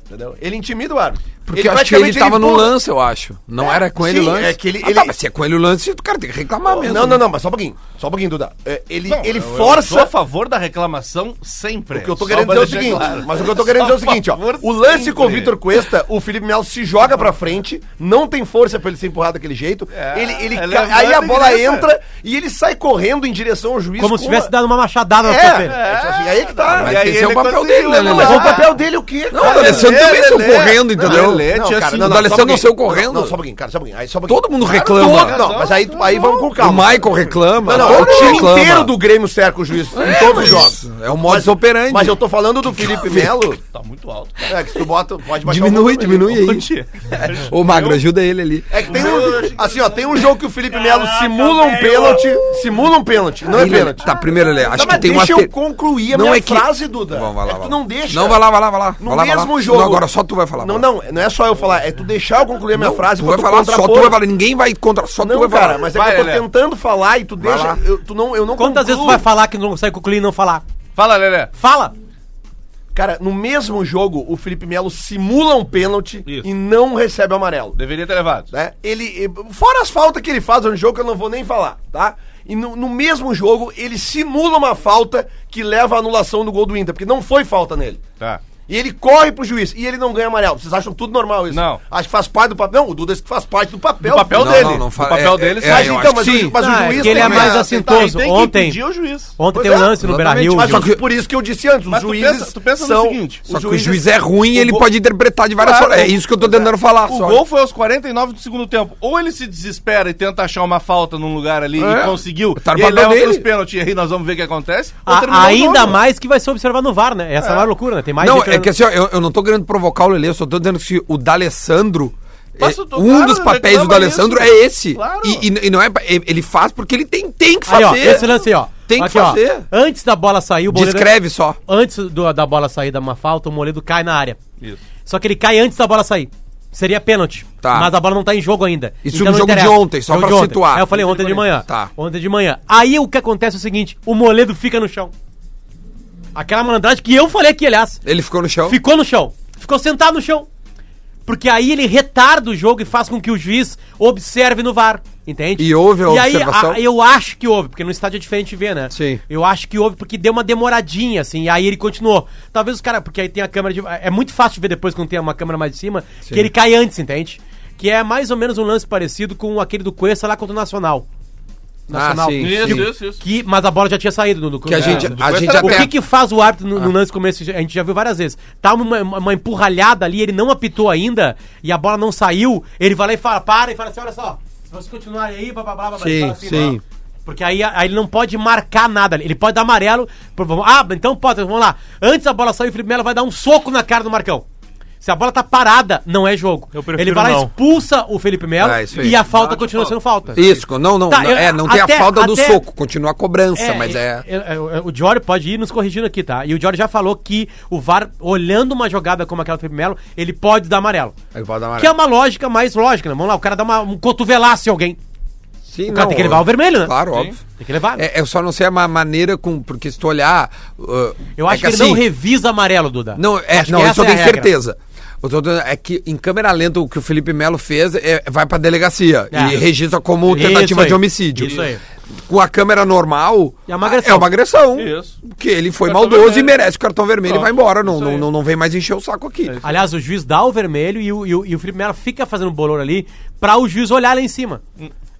D: Entendeu? Ele intimida o árbitro.
A: Porque eu acho que ele
D: praticamente,
A: estava no
D: empurra.
A: lance, eu acho. Não
D: É,
A: era com ele o
D: sim,
A: lance.
D: é que ele-
A: ah,
D: ele-
A: tá, mas se é com ele o lance, o cara tem que reclamar mesmo.
D: Não, não, não, mas só um pouquinho. Só um pouquinho, Duda. É, Ele,
F: Não,
D: ele
F: eu- eu
D: força.
F: sou a favor da reclamação sempre.
D: O que eu tô
F: Só
D: querendo
F: pra
D: dizer é o
F: deixar
D: seguinte,
F: claro.
D: mas o que eu tô querendo
F: Só
D: dizer é o seguinte, ó.
F: favor
D: O lance
F: sempre.
D: com o Vitor Cuesta, o Felipe Melo se joga pra frente, não tem força pra ele ser empurrado daquele jeito.
F: É,
D: ele, ele
F: ele
D: ca-
F: levanta
D: aí a
F: e
D: bola
F: grita.
D: entra e ele sai correndo em direção ao juiz.
B: Como
D: com
B: se tivesse
D: uma-
B: dado uma machadada na
D: É,
B: tua pele.
D: é, tipo assim, aí que tá.
A: Mas
D: E aí
A: esse é o
D: ele
A: papel
D: conseguiu
A: dele, né,
D: levantar.
A: Lelê?
D: Mas o papel dele é o quê?
A: Não,
D: cara?
A: o D'Alessandro
D: Lelê,
A: também saiu
D: Lelê.
A: correndo, entendeu?
D: Lelê,
F: Não,
D: tinha
F: cara,
D: sido-
F: não,
A: o
D: só
A: D'Alessandro
D: um pouquinho.
A: saiu correndo.
D: Não, não, só um pouquinho, cara, só um pouquinho. Aí, só um pouquinho.
A: Todo mundo reclama.
D: Todo- Não, mas aí, aí vamos com
A: O
D: calma.
A: Michael reclama.
D: Não, não,
A: todo
D: o time
A: mundo reclama.
D: inteiro do Grêmio cerca o juiz em todos os jogos.
A: É o modus
D: Mas-
A: operandi.
D: Mas eu tô falando do Felipe Melo.
F: Tá muito alto.
D: É, que se tu bota, pode baixar
A: Diminui,
D: o volume ali.
A: diminui aí. Ô, Magro, ajuda ele ali.
D: É que tem um, assim, ó, tem um jogo que o Felipe Melo simula um pênalti, simula um pênalti, não é
A: Aí, Lelê,
D: pênalti.
A: Tá, primeiro, Lelê, acho
D: Tá, mas
A: que tem uma...
D: deixa eu concluir a minha frase, Duda.
A: é Vamos, vai lá,
D: É que
A: vai lá.
D: não deixa.
A: Não, vai lá, vai lá, vai lá.
D: No
A: vai lá, vai lá.
D: mesmo jogo.
A: Não, agora só tu vai falar.
D: Não,
A: vai lá.
D: não, não é só eu falar, é tu deixar eu concluir a minha frase
A: Tu
D: pra
A: vai falar, só
D: contrapor.
A: tu vai falar. Ninguém vai contra, só tu
D: Não,
A: vai
D: cara,
A: falar.
D: mas é
F: Vai,
D: que eu tô
F: Lelê.
D: tentando falar e tu deixa,
A: lá.
D: eu, tu não, eu não
B: Quantas vezes tu vai falar que não consegue concluir e não falar?
F: Fala, Lelé.
B: Fala!
D: Cara, no mesmo jogo o Felipe Melo simula um pênalti
F: Isso.
D: e não recebe amarelo.
F: Deveria ter levado.
D: né? Ele, e- fora as faltas que ele faz no jogo, que eu não vou nem falar, tá? E no, no mesmo jogo, ele simula uma falta que leva à anulação do gol do Inter, porque não foi falta nele.
F: Tá.
D: E ele corre pro juiz e ele não ganha amarelo. Vocês acham tudo normal isso?
F: Não.
D: Acho que faz parte do papel. Não, o Duda disse que faz parte do papel.
F: Do papel
D: filho.
F: dele.
A: não
F: O
A: fa-
F: papel dele
A: é,
F: sai,
A: eu
D: então,
A: acho
D: mas,
A: que sim.
D: o, mas o
B: Não, é
D: juiz
B: que ele é
D: que-
B: mais
F: tá
D: Ah,
B: assintoso.
F: tem que
B: Ontem,
F: impedir o juiz.
B: ontem
D: Pois
B: teve um
D: é,
B: lance no
A: exatamente,
B: Beira-Rio.
D: Mas só
B: Gil.
D: que por isso que eu disse antes, os
F: Mas tu
D: juízes
F: pensa- tu pensa no
D: são,
F: seguinte,
D: os
A: Só que o
D: juízes-
A: juiz é ruim e ele
F: gol-
A: pode interpretar de várias
F: Claro,
A: formas. É
F: o-
A: isso que eu tô tentando falar.
F: O
A: só.
F: gol foi aos 49 do segundo tempo. Ou ele se desespera e tenta achar uma falta num lugar ali
A: É.
F: e conseguiu.
A: Tá no
F: e ele
A: papel
F: leva
A: dele.
F: pros pênaltis. E aí nós vamos ver o que acontece. ou
B: A-
F: terminou o
B: Ah, ainda
F: jogo.
B: mais que vai ser observado no VAR, né? Essa é a maior loucura, né? Tem mais
A: Não,
B: gente
A: é que assim, ó, eu, eu não tô querendo provocar o Lele, eu só tô dizendo que se o D'Alessandro. é,
F: Mas eu tô-
A: um
F: claro,
A: dos papéis do
F: reclama
A: D'Alessandro
F: disso.
A: é esse.
F: Claro.
A: E, e- e não é. pa- e- Ele faz porque ele tem, tem que
B: Aí,
A: é fazer.
B: ó, esse lance aí, ó.
A: Tem que
B: Aqui, ó.
A: fazer.
B: Antes da bola sair, o goleiro-
A: Descreve só.
B: Antes do- da bola sair da uma falta, o Moledo cai na área.
F: Isso.
B: Só que ele cai antes da bola sair. Seria pênalti.
A: Tá.
B: Mas a bola não tá em jogo ainda.
A: Isso
B: não
A: no jogo de
B: interessa.
A: ontem, só pra
B: de ontem.
A: situar.
B: Aí eu falei ontem de manhã.
A: Tá.
B: Ontem de manhã. Aí o que acontece é o seguinte: o Moledo fica no chão. Aquela malandragem que eu falei aqui, aliás.
A: Ele ficou no chão.
B: Ficou no chão. Ficou sentado no chão. Porque aí ele retarda o jogo e faz com que o juiz observe no VAR. Entende?
A: E houve a
B: e aí,
A: observação?
B: a- eu acho que houve, porque no estádio é diferente ver, né?
A: Sim.
B: Eu acho que houve porque deu uma demoradinha, assim, e aí ele continuou. Talvez os caras. Porque aí tem a câmera de. É muito fácil de ver depois quando tem uma câmera mais de cima, que ele cai antes, entende? Que é mais ou menos um lance parecido com aquele do Cuesta lá contra o Nacional. Nacional.
A: Ah, sim,
F: Isso,
A: sim.
F: isso, É. isso.
B: Que, mas a bola já tinha saído do, É. do
A: Que a gente,
F: do
A: a Ah.
F: Cuesta
A: gente
F: era
B: o
A: até.
B: que, que faz o árbitro no, no lance como esse? A gente já viu várias vezes. Tá uma, uma- uma empurralhada ali, ele não apitou ainda e a bola não saiu. Ele vai lá e fala, para e fala assim: olha só, se vocês continuarem aí, blá blá blá blá, blá.
A: Sim,
B: Ele fala assim,
A: sim.
B: ó. Porque aí, aí ele não pode marcar nada. Ele pode dar amarelo. pro- vamos- Ah, então pode, vamos lá. Antes a bola sair, o Felipe Melo vai dar um soco na cara do Marcão. Se a bola tá parada, não é jogo.
E: Eu prefiro
B: ele vai lá
E: não.
B: expulsa o Felipe Melo
A: É, isso aí.
B: e a falta continua sendo falta.
A: Isso, não, não.
B: Tá,
A: não-
B: eu-
A: é, não tem
B: até-
A: a falta do
B: até-
A: soco, continua a cobrança,
B: É,
A: mas é.
B: é, é, é, O Diori pode ir nos corrigindo aqui, tá? E o Diori já falou que o VAR, olhando uma jogada como aquela do Felipe Melo, ele pode dar amarelo.
A: Ele pode dar
B: Que é
A: amarelo.
B: uma lógica mais lógica, né? Vamos lá, o cara dá uma, um cotovelaço em alguém.
A: Sim,
B: O cara tem que levar o vermelho, né?
A: Claro,
F: Sim.
A: óbvio.
B: Tem que levar. né?
A: É, eu só não sei a ma- maneira com. Porque se tu olhar. uh,
B: Eu
A: é
B: acho que, ele não
A: assim,
B: revisa amarelo, Duda.
A: Não, é,
B: Acho que
A: não isso
B: essa
A: eu
B: é a
A: tenho
B: regra.
A: certeza. Eu tô dizendo é que em câmera lenta o que o Felipe Melo fez é, vai pra delegacia
B: É.
A: e registra como
B: Isso
A: tentativa
B: aí,
A: de homicídio.
B: isso aí.
A: Com a câmera normal,
B: É uma agressão.
A: é uma agressão.
F: Isso.
A: Que ele foi
F: Cartão
A: maldoso e
F: vermelho.
A: merece o cartão vermelho e vai embora. Não,
F: Isso
A: não,
F: aí. É
A: não, não vem mais encher o saco aqui.
B: Aliás, o juiz dá o vermelho e o, e o, e o Felipe Melo fica fazendo bolor ali pra o juiz olhar lá em cima.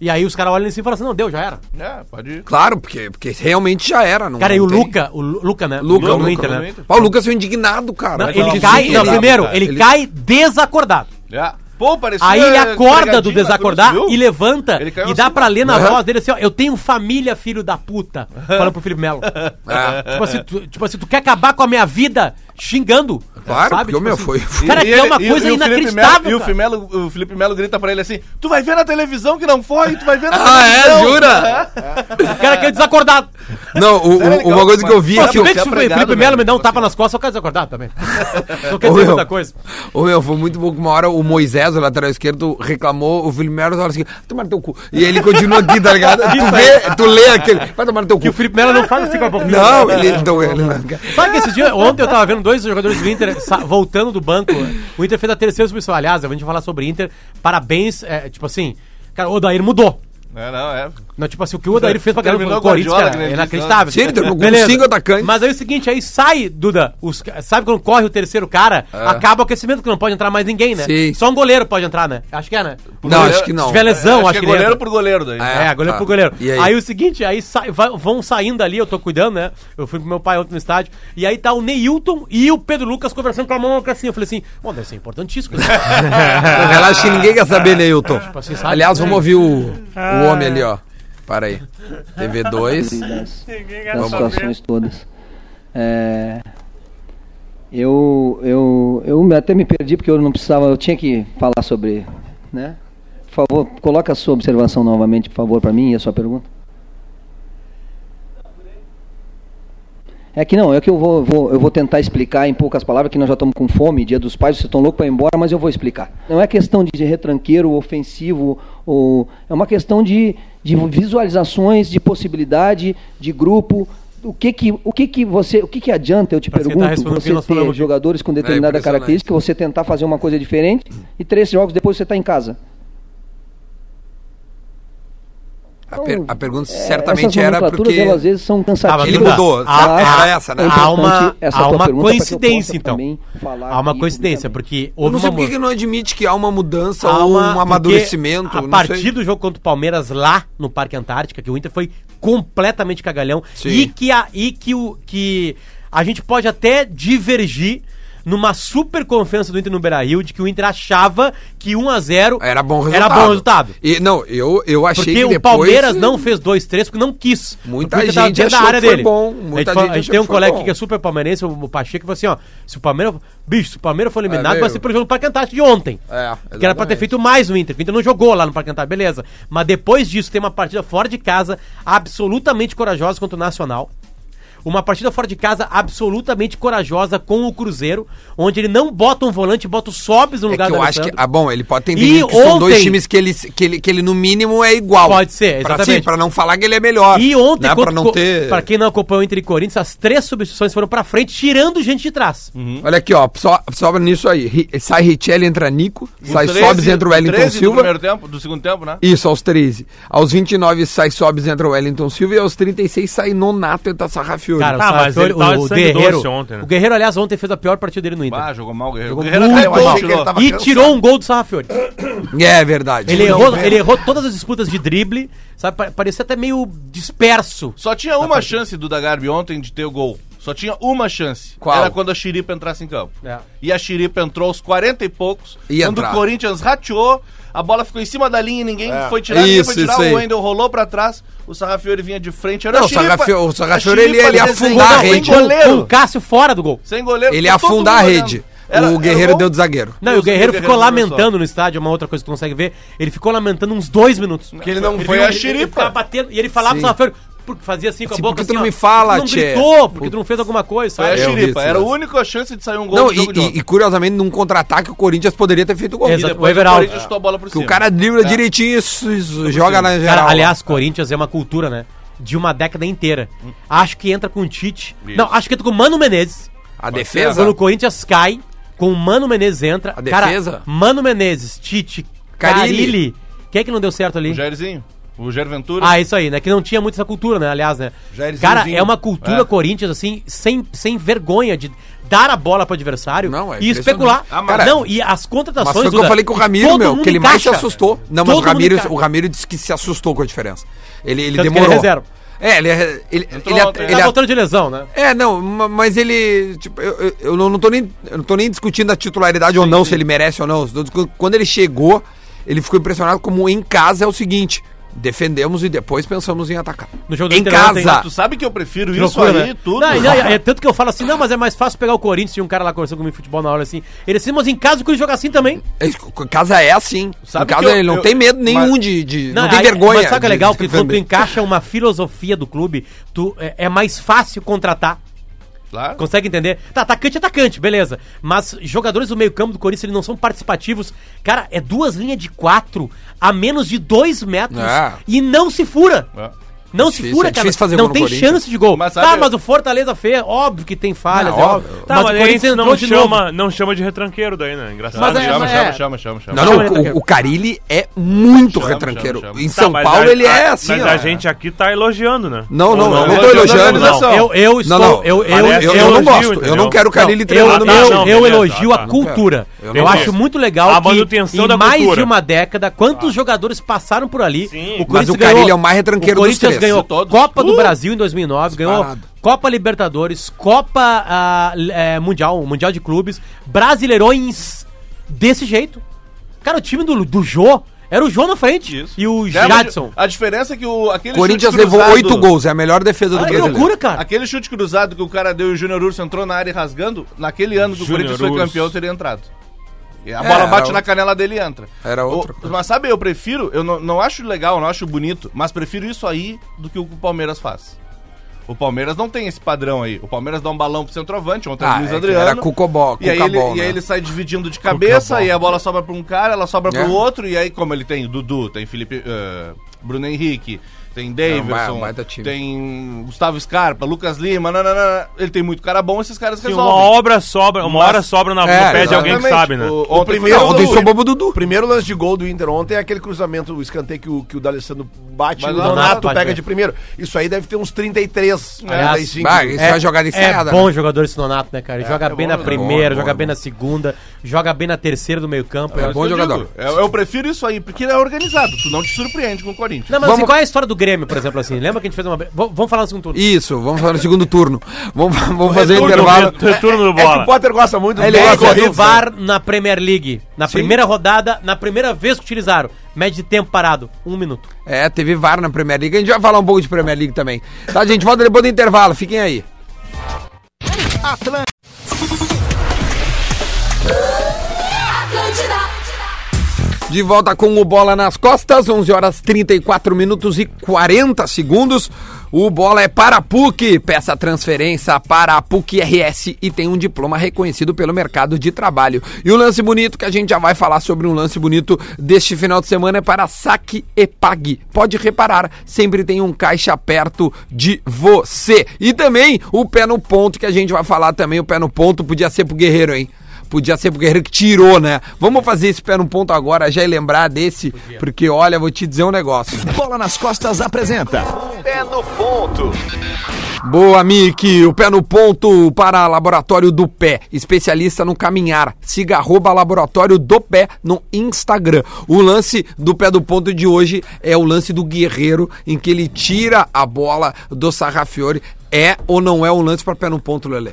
B: E aí os caras olham lá em cima e falam assim, não, deu, já era.
F: É, pode ir.
A: Claro, porque, porque realmente já era. Não,
B: Cara, e
A: não
B: o
A: tem.
B: Luca, o Lu- Luca, né?
A: Luca,
B: no
A: o Luca,
B: Inter,
A: o
B: né?
F: Inter.
A: Pá, o Lucas foi indignado, cara.
B: Não,
F: é
A: Porque
B: ele
A: sim,
B: cai, não,
F: ele-
B: primeiro, ele,
A: ele-
B: cai desacordado.
F: É. Pô, parecia
B: Aí ele acorda do
F: pregadinho na
B: desacordar
F: cruz, viu?
B: e levanta
F: Ele caiu
B: e dá
F: assim,
B: pra ler na
A: Aham.
B: voz dele assim, ó, eu tenho família, filho da puta, falando pro Felipe Melo.
A: É.
B: tipo, assim, tu, tipo assim, tu quer acabar com a minha vida xingando,
A: Claro, porque,
B: Tipo
A: meu,
B: assim,
A: foi- foi-
B: Cara,
F: E
B: que é
F: ele-
B: uma
F: e o-
B: coisa
F: e o Felipe
B: inacreditável,
F: Melo- E o
B: cara.
F: Felipe Melo- o Felipe Melo grita pra ele assim: Tu vai ver na televisão que não foi, tu vai ver na
A: Ah, é?
F: televisão.
A: Jura?
B: O cara que é desacordado.
A: Não, o- o-
F: Sério,
A: uma
F: Lucas,
A: coisa que eu vi
F: mas-
A: é
B: Pô,
A: que
B: se
A: o
B: bem que se o
F: apregado,
B: Felipe Melo
F: velho.
B: me dá um tapa nas costas, eu quero desacordar também. Não quer
A: Ô, meu.
B: dizer muita coisa.
A: Ô meu, foi muito bom que uma hora o Moisés, o lateral esquerdo, reclamou, o Felipe Melo falou assim, tomar no teu cu. E ele continua aqui, tá ligado? Tu vê, tu lê aquele, vai tomar no teu
B: Que o
A: cu.
B: Felipe Melo não faz assim com a boca.
A: Não, ele não, ele não.
B: Sabe que esse dia, ontem eu tava vendo dois jogadores do Inter sa- voltando do banco. O Inter fez a terceira substituição. Aliás, a gente vai falar sobre Inter. Parabéns, é, tipo assim, cara, o Odair mudou.
F: É, não, é.
B: Não, tipo assim, o que o Odair fez pra ganhar
F: Terminou
B: o Corinthians,
F: Guardiola,
B: cara,
F: que
B: é
F: nem
B: inacreditável.
A: diz, né? Sim, ele terminou com
B: Beleza.
A: cinco atacantes.
B: Mas aí é o seguinte, aí sai, Duda, os ca- sabe quando corre o terceiro cara, acaba o aquecimento, que não pode entrar mais ninguém, né?
A: É. Sim.
B: Só um goleiro pode entrar, né? Acho que é, né?
A: Não,
F: goleiro-
A: acho que não.
B: Se tiver lesão, acho, que,
F: é
B: ele
F: goleiro
B: entra.
F: por goleiro daí.
A: É.
B: É, goleiro
A: tá.
B: pro goleiro.
A: E aí?
B: aí? o seguinte, aí sai- vai- vão saindo ali, eu tô cuidando, né? Eu fui pro meu pai ontem no estádio, e aí tá o Neilton e o Pedro Lucas conversando com a mão assim. Eu falei assim, bom, deve ser importantíssimo. né?"
A: Relaxa que ninguém quer saber, Neilton.
B: assim, sabe?
A: Aliás, vamos ouvir o, o homem ali, ó. Para aí. TV2.
G: das,
E: quer
G: das
E: saber.
G: situações todas. É, eu, eu, eu me- até me perdi porque eu não precisava, eu tinha que falar sobre, né? Por favor, coloca a sua observação novamente, por favor, para mim e a sua pergunta. É que não, é que eu vou, vou- eu vou tentar explicar em poucas palavras, que nós já estamos com fome, dia dos pais, vocês estão loucos para ir embora, mas eu vou explicar. Não é questão de retranqueiro, ofensivo, ou, é uma questão de, de visualizações, de possibilidade, de grupo. O que que, o que, que você, o que, que adianta, eu te
B: Parece que ele tá
G: pergunto,
B: respondendo o que
G: você
B: nós
G: ter
B: falamos aqui. É
G: jogadores com determinada
A: impressionante.
G: característica, você tentar fazer uma coisa tá diferente e três jogos depois você está em casa.
A: A, per- a pergunta
G: é,
A: Então, certamente
G: essas
A: era
G: nomenclaturas,
A: porque. Ah,
G: elas, às vezes são cansativas.
A: Ele mudou,
B: Há-
A: era
B: há-
A: essa, né?
G: É
B: Ah, Há uma,
G: importante essa
B: há
G: tua
B: uma
G: pergunta pra que eu
B: coincidência,
G: possa
B: então.
G: também falar
B: Há uma
G: aqui
B: coincidência,
G: publicamente.
B: porque
A: Eu
B: houve
A: não sei
B: uma
A: por que que
B: mudança.
A: não admite que há uma mudança
B: Há
A: ou
B: uma-
A: um
B: porque
A: amadurecimento.
B: A
A: não
B: partir
A: sei.
B: do jogo contra o Palmeiras lá no Parque Antártica, que o Inter foi completamente cagalhão
A: Sim.
B: e que a, e que o que a gente pode até divergir numa super confiança do Inter no Beira-Rio de que o Inter achava que 1 a 0
A: Era bom resultado.
B: Era bom resultado.
A: E, não, eu, eu achei
B: Porque
A: que
B: o
A: depois...
B: Palmeiras não fez 2-3 porque não quis.
A: Muita
B: Porque o Inter tava
A: gente
B: dentro da
A: achou
B: área
A: que foi
B: dele.
A: bom,
B: a
A: muita
B: gente, fala-
A: gente
B: a gente
A: achou
B: tem um
A: que foi
B: colega
A: bom.
B: aqui que é super palmeirense, o Pacheco, que falou assim, ó, se o Palmeiras... Bicho, se o Palmeiras for eliminado, vai
A: meio-
B: ser pelo jogo do Parque Antártico de ontem.
A: É,
B: que era pra ter
A: exatamente.
B: feito mais no Inter. que O Inter não jogou lá no Parque Antártico, beleza. Mas depois disso, tem uma partida fora de casa, absolutamente corajosa contra o Nacional. Uma partida fora de casa absolutamente corajosa com o Cruzeiro, onde ele não bota um volante, bota o Sobs no
A: É
B: lugar
A: que
B: do
A: eu acho que...
B: Alessandro.
A: Ah, bom, ele pode ter
B: E
A: entendido que são dois
B: ontem-
A: times que ele, que, ele, que ele, no mínimo, é igual.
B: Pode ser,
A: Pra,
B: exatamente.
A: pra não falar que ele é melhor.
B: E ontem,
A: né? Pra
B: contra o
A: não
B: Co-
A: ter...
B: pra quem não acompanhou o Inter e Corinthians, as três substituições foram pra frente, tirando gente de trás.
E: Uhum.
A: Olha aqui, ó, só, sobra nisso aí. Ri- Sai Richelli, entra Nico. sai
F: 13
A: Sobs, entra o Wellington
F: 13 Do,
A: Silva.
F: primeiro tempo, do segundo tempo, né?
A: Isso, aos 13. Aos 29 sai Sobs, entra o Wellington Silva e aos 36 sai Nonato, entra Sarrafiori.
B: Cara,
E: Tá,
B: o,
E: mas
B: Sartori-
E: ele tava
B: o- o
E: de sangue
B: Guerreiro,
E: doce ontem, né?
B: o Guerreiro, aliás, ontem fez a pior partida dele no Inter.
F: Ah, jogou mal o Guerreiro.
B: Jogou
F: O Guerreiro até
B: muito
F: eu achei
B: mal.
F: que ele tava
B: e
F: cansado.
B: tirou um gol do Sarrafiori.
A: É verdade.
B: Ele errou, ele errou todas as disputas de drible, sabe? Pa- Parecia até meio disperso.
F: Só tinha uma chance do Dagarbi ontem de ter o gol. Só tinha uma chance.
A: Qual?
F: Era quando a Xiripa entrasse em campo.
B: É.
F: E a Xiripa entrou aos 40 e poucos.
A: Ia
F: quando
A: entrar. É.
F: o Corinthians rateou, a bola ficou em cima da linha e ninguém foi tirar. ninguém foi
A: Isso,
F: tirar.
A: isso aí.
F: o Wendel rolou pra trás. O Sarrafiori vinha de frente. Era
A: Não,
F: a
A: o Sarrafi- o
F: a
A: Sarrafiori,
F: Xiripa
A: ele- ele ia
F: desenhou
A: afundar a
F: sem
A: rede.
B: Com o
F: Goleiro,
B: Cássio fora do gol.
F: sem goleiro.
A: Ele
F: com
A: ia
F: todo
A: afundar a
F: mundo
A: rede.
F: olhando. Era-
A: o
F: era
A: Guerreiro
F: gol.
A: deu de zaguerreiro.
B: Não, e o
F: Os-
B: Guerreiro
F: o Guerreiro
B: ficou
F: não lançou.
B: lamentando no estádio, é uma outra coisa que tu consegue ver. Ele ficou lamentando uns dois minutos.
F: Que ele um- não
B: Ele
F: foi
B: ficou-
F: a
B: ele- ele
F: xeripa.
B: ficava batendo e ele falava pro Sarrafiori, porque fazia assim com a
A: Assim,
B: boca.
A: por que tu
B: assim,
A: não
B: ó,
A: me fala,
B: tu não
A: tchê?
B: gritou, porque tu não fez alguma coisa,
F: Foi a
B: sabe?
A: Eu vi
F: Xiripa.
A: esse
F: Era a
A: lance.
F: única chance de sair um gol
A: Não,
F: no
A: e,
F: jogo de
A: e-
F: ontem.
A: e curiosamente, num contra-ataque, o Corinthians poderia ter feito gol.
B: Exato.
A: Porque
B: o Everaldo.
F: Corinthians chutou a bola
B: Tipo
F: pro
B: assim,
F: cima.
A: o cara dribla direitinho e su- su- joga na geral.
B: é. Cara, aliás, Corinthians é uma cultura, né? De uma década inteira. Acho que entra com o Tite.
F: Isso.
B: Não, acho que entra com o Mano Menezes.
A: a defesa.
B: Quando o Corinthians cai, com o Mano Menezes entra.
A: A
B: Cara,
A: defesa?
B: Mano Menezes, Tite,
A: Carille.
B: Carilli. Quem é que não deu certo ali?
F: O Jairzinho. O Jair Ventura.
B: Ah, isso aí, né? Que não tinha muito essa cultura, né? Aliás, né?
D: Jairzinhozinho.
B: Cara, é uma cultura
F: É.
B: Corinthians, assim, sem, sem vergonha de dar a bola pro adversário
A: Não, é
B: e especular.
A: impressionante. Ah, mas-
B: não, e as contratações.
A: Mas foi o que eu
B: Duda,
A: falei com o Ramiro,
B: todo
A: meu,
B: mundo
A: que ele mais se
B: encaixa.
A: assustou. Não, mas o
B: Todo mundo
A: Ramiro,
B: encaixa.
A: o Ramiro disse que se assustou com a diferença. Ele, ele
B: Tanto que ele é
A: demorou.
B: reserva.
A: é, ele, é- ele, ele,
F: ontem,
A: ele é
B: Tá
A: a-
B: voltando de lesão, né?
A: É, não, ma- mas ele. Tipo, eu, eu- eu não, não tô nem, eu não tô nem discutindo a titularidade ou não, se ele merece ou não. Tô discu- Quando ele chegou, ele ficou impressionado como em casa é o seguinte: defendemos e depois pensamos em atacar.
B: No jogo do
A: em
B: Inter ontem,
A: casa.
F: Tu sabe que eu prefiro
B: Que
F: isso
B: loucura,
F: aí,
B: né?
F: tudo.
B: Não, e não, é, é tanto que eu falo assim, não, mas é mais fácil pegar o Corinthians e um cara lá conversando comigo em futebol na hora assim. Ele assim, mas em casa o Corinthians joga assim também.
A: É, c- Casa é assim.
F: Sabe
A: em casa
F: que eu-
A: ele não
F: eu-
A: tem medo nenhum
F: mas-
A: de, de- Não, tem
B: aí-
A: vergonha.
B: Mas sabe o que é
A: de-
B: legal?
A: de
B: que quando tu
A: defender.
B: encaixa uma filosofia do clube, tu, é, é mais fácil contratar.
F: Claro.
B: Consegue entender? Tá, atacante é atacante, beleza. Mas jogadores do meio-campo do Corinthians, eles não são participativos. Cara, é duas linhas de quatro a menos de dois metros
A: É.
B: e não se fura.
F: É.
B: Não
A: É
B: se
A: difícil,
B: fura,
A: é
B: cara.
A: difícil fazer
B: não
A: gol no
B: tem
A: Corinthians.
B: chance de gol.
F: Mas
B: tá,
F: sabe-
B: mas o Fortaleza fez, óbvio que tem falhas,
A: Não,
B: é
A: óbvio.
B: óbvio.
E: Tá, mas,
B: o
E: aí
B: Corinthians
E: não
B: entrou de
E: chama,
B: novo.
E: não chama de retranqueiro daí, né? Engraçado.
B: Mas é-
F: Chama,
B: mas
F: chama, chama, chama, chama.
A: Não,
B: Chama
A: não,
B: ele,
A: o,
B: Taquero.
A: o Carilli é muito
F: Chama,
A: retranqueiro.
F: chama, chama.
A: Em
E: Tá,
A: São
E: mas
A: Paulo
E: a-
A: ele é
E: a-
A: assim.
E: Mas
A: ó.
E: a gente aqui tá elogiando, né?
A: Não, não,
E: Ou
A: eu não tô
F: eu- eu-
A: elogiando.
F: eu-
A: Não,
B: Eu, eu estou.
A: não, não.
B: Eu, eu,
A: Eu,
E: Aliás,
B: eu,
A: eu não
E: elogio,
A: gosto. Eu
E: entendeu?
A: não quero o Carilli
B: Não, eu,
A: treinando
E: não,
A: meu
B: eu-
A: time.
E: não,
B: eu
E: beleza,
B: elogio
E: tá,
B: a
E: tá.
B: cultura.
A: Eu
B: Eu,
A: não
B: acho
E: gosto.
B: muito legal
E: A
B: que
E: manutenção
B: em
E: da
B: mais
E: cultura.
B: de uma década, quantos jogadores passaram por ali?
E: Sim.
A: Mas o Carille é o mais retranqueiro
B: O
A: dos
B: Corinthians
A: três.
B: ganhou
F: De todos.
B: Copa do
F: Uh!
B: Brasil em 2009, ganhou
A: Disparado.
B: Copa Libertadores, Copa ah, é, Mundial, Mundial de Clubes, Brasileirões desse jeito. Cara, o time do, do Jô era o Jô na frente
F: Isso.
B: e o
F: É, mas
B: Jadson.
F: A diferença é que o, aquele
A: Corinthians levou oito gols, é a melhor defesa do
B: Olha que
A: brasileiro.
B: loucura, cara.
F: Aquele chute cruzado que o cara deu e o Júnior Urso entrou na área e rasgando, naquele ano que o
E: Júnior
F: Corinthians foi
E: Urso.
F: campeão, teria entrado. E a
A: É,
F: bola bate
A: era
F: na
A: outro-
F: canela dele e entra.
A: era
F: O-
A: outro.
F: Mas sabe, eu prefiro, eu não, não acho legal, não acho bonito, mas prefiro isso aí do que o que o Palmeiras faz. O Palmeiras não tem esse padrão aí. O Palmeiras dá um balão pro centroavante, ontem
A: Ah,
F: o Luiz
A: é que
F: Adriano.
A: era cucobol,
F: e, aí ele,
A: cucabol,
F: e aí
A: né?
F: ele sai dividindo de cabeça, e a bola sobra pra um cara, ela sobra
A: É.
F: pro outro, e aí, como ele tem Dudu, tem Felipe. eh, Bruno Henrique, tem
A: Não,
F: Davidson,
A: ba- baita time.
F: tem Gustavo Scarpa, Lucas Lima, nananana. ele tem muito cara bom, esses caras
E: Sim, uma
F: resolvem.
E: obra sobra, uma hora sobra na,
A: É,
E: no pé de alguém que
F: Exatamente.
E: sabe, né?
F: O, o primeiro,
D: Não,
A: Ontem
D: do-
A: sou bobo Dudu.
D: O primeiro lance de gol do Inter ontem é aquele cruzamento, o escanteio que o, que o D'Alessandro bate e o
F: Mas o
D: Donato,
F: Donato
B: bate
D: pega
B: bem.
D: de primeiro. Isso aí deve ter uns 33,
B: Aliás,
D: 35.
A: Vai, isso é, uma jogada
B: É
A: ensaiada.
B: bom jogador esse Nonato, né, cara? Ele joga
F: é
B: bem
F: bom,
B: na
F: né?
B: primeira,
A: Bom, é
B: joga
A: bom,
B: bem
A: é
B: na segunda, joga bem na terceira do meio campo.
A: É
B: Eu-
A: bom
F: Eu
A: jogador.
F: digo, Eu, eu prefiro isso aí, porque ele é organizado. Tu não te surpreende com o Corinthians.
B: Não, mas
A: Vamos-
B: assim, qual é a história do Grêmio, por exemplo, assim? Lembra que a gente fez uma... V- Vamos falar no segundo turno.
A: Isso, vamos falar no segundo turno. Vamos, vamos fazer o
E: Retorno,
A: intervalo.
E: retorno, Retorno do
D: É que o
E: bola.
D: Potter gosta muito
A: Ele
D: gol
A: gosta
D: corrido,
B: Média do
D: né?
B: VAR na Premier League. Na primeira rodada, na primeira vez que utilizaram. Média de tempo parado, um minuto.
A: É, teve VAR na Premier League. A gente vai falar um pouco de Premier League também. Tá, gente? Volta depois do intervalo. Fiquem aí. De volta com o Bola nas costas, 11 horas 34 minutos e 40 segundos. O Bola é para a PUC. Peça transferência para a PUC RS e tem um diploma reconhecido pelo mercado de trabalho. E o lance bonito, que a gente já vai falar sobre um lance bonito deste final de semana, é para saque e pague. Pode reparar, sempre tem um caixa perto de você. E também o pé no ponto, que a gente vai falar também. O pé no ponto podia ser pro Guerreiro, hein? Podia ser porque que tirou, né? Vamos fazer esse pé no ponto agora, já e lembrar desse, porque olha, vou te dizer um negócio.
H: Bola nas Costas apresenta.
A: Boa, Mick. O pé no ponto para Laboratório do Pé. Especialista no caminhar. Siga arroba Laboratório do Pé no Instagram. O lance do pé do ponto de hoje é o lance do Guerreiro, em que ele tira a bola do Sarrafiore. É ou não é um lance para pé no ponto, Lelê?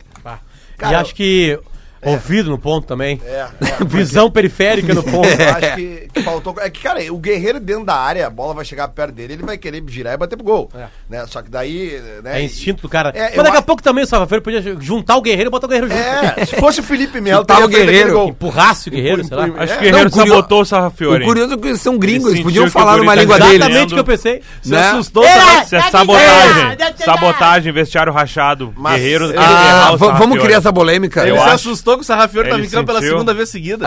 B: e acho que... Ouvido no ponto também. Visão periférica no ponto.
D: É,
A: É.
D: Eu acho que, que faltou. É que, cara, o guerreiro dentro da área, a bola vai chegar perto dele, ele vai querer girar e bater pro gol. Né? Só que daí. Né,
B: É instinto do cara.
D: É,
B: Mas
D: eu
B: daqui a
D: acho-
B: pouco também o Salvafeiro podia juntar o guerreiro e botar o guerreiro junto.
D: É, se fosse o Felipe Melo,
A: Chutar o
D: teria feito aquele
A: Guerreiro.
D: gol.
B: Empurrasse o guerreiro, sei lá.
D: empurra-
E: Acho que o
D: É,
E: Guerreiro
A: não, curio-
E: sabotou o
A: O
E: Sarrafiori.
A: curioso é que eles são gringos, eles
E: Ele sentiu
A: podiam
E: que o
A: falar numa
E: guri tá
A: língua
E: exatamente
A: deles.
B: Exatamente o que eu pensei.
E: Se
A: né?
E: assustou,
B: Era,
E: sabe? Isso é
B: era,
E: sabotagem.
B: era, era.
E: Sabotagem, vestiário rachado.
D: Mas-
E: Guerreiro
D: Ah,
E: tem que errar
A: Ah,
E: o
A: va- vamos
E: Sarrafiori.
A: criar essa polêmica.
F: Ele
E: é Eu
F: se
E: acho.
F: assustou que o Sarrafiori tava
E: Ele
F: em campo pela
E: sentiu.
F: segunda vez seguida.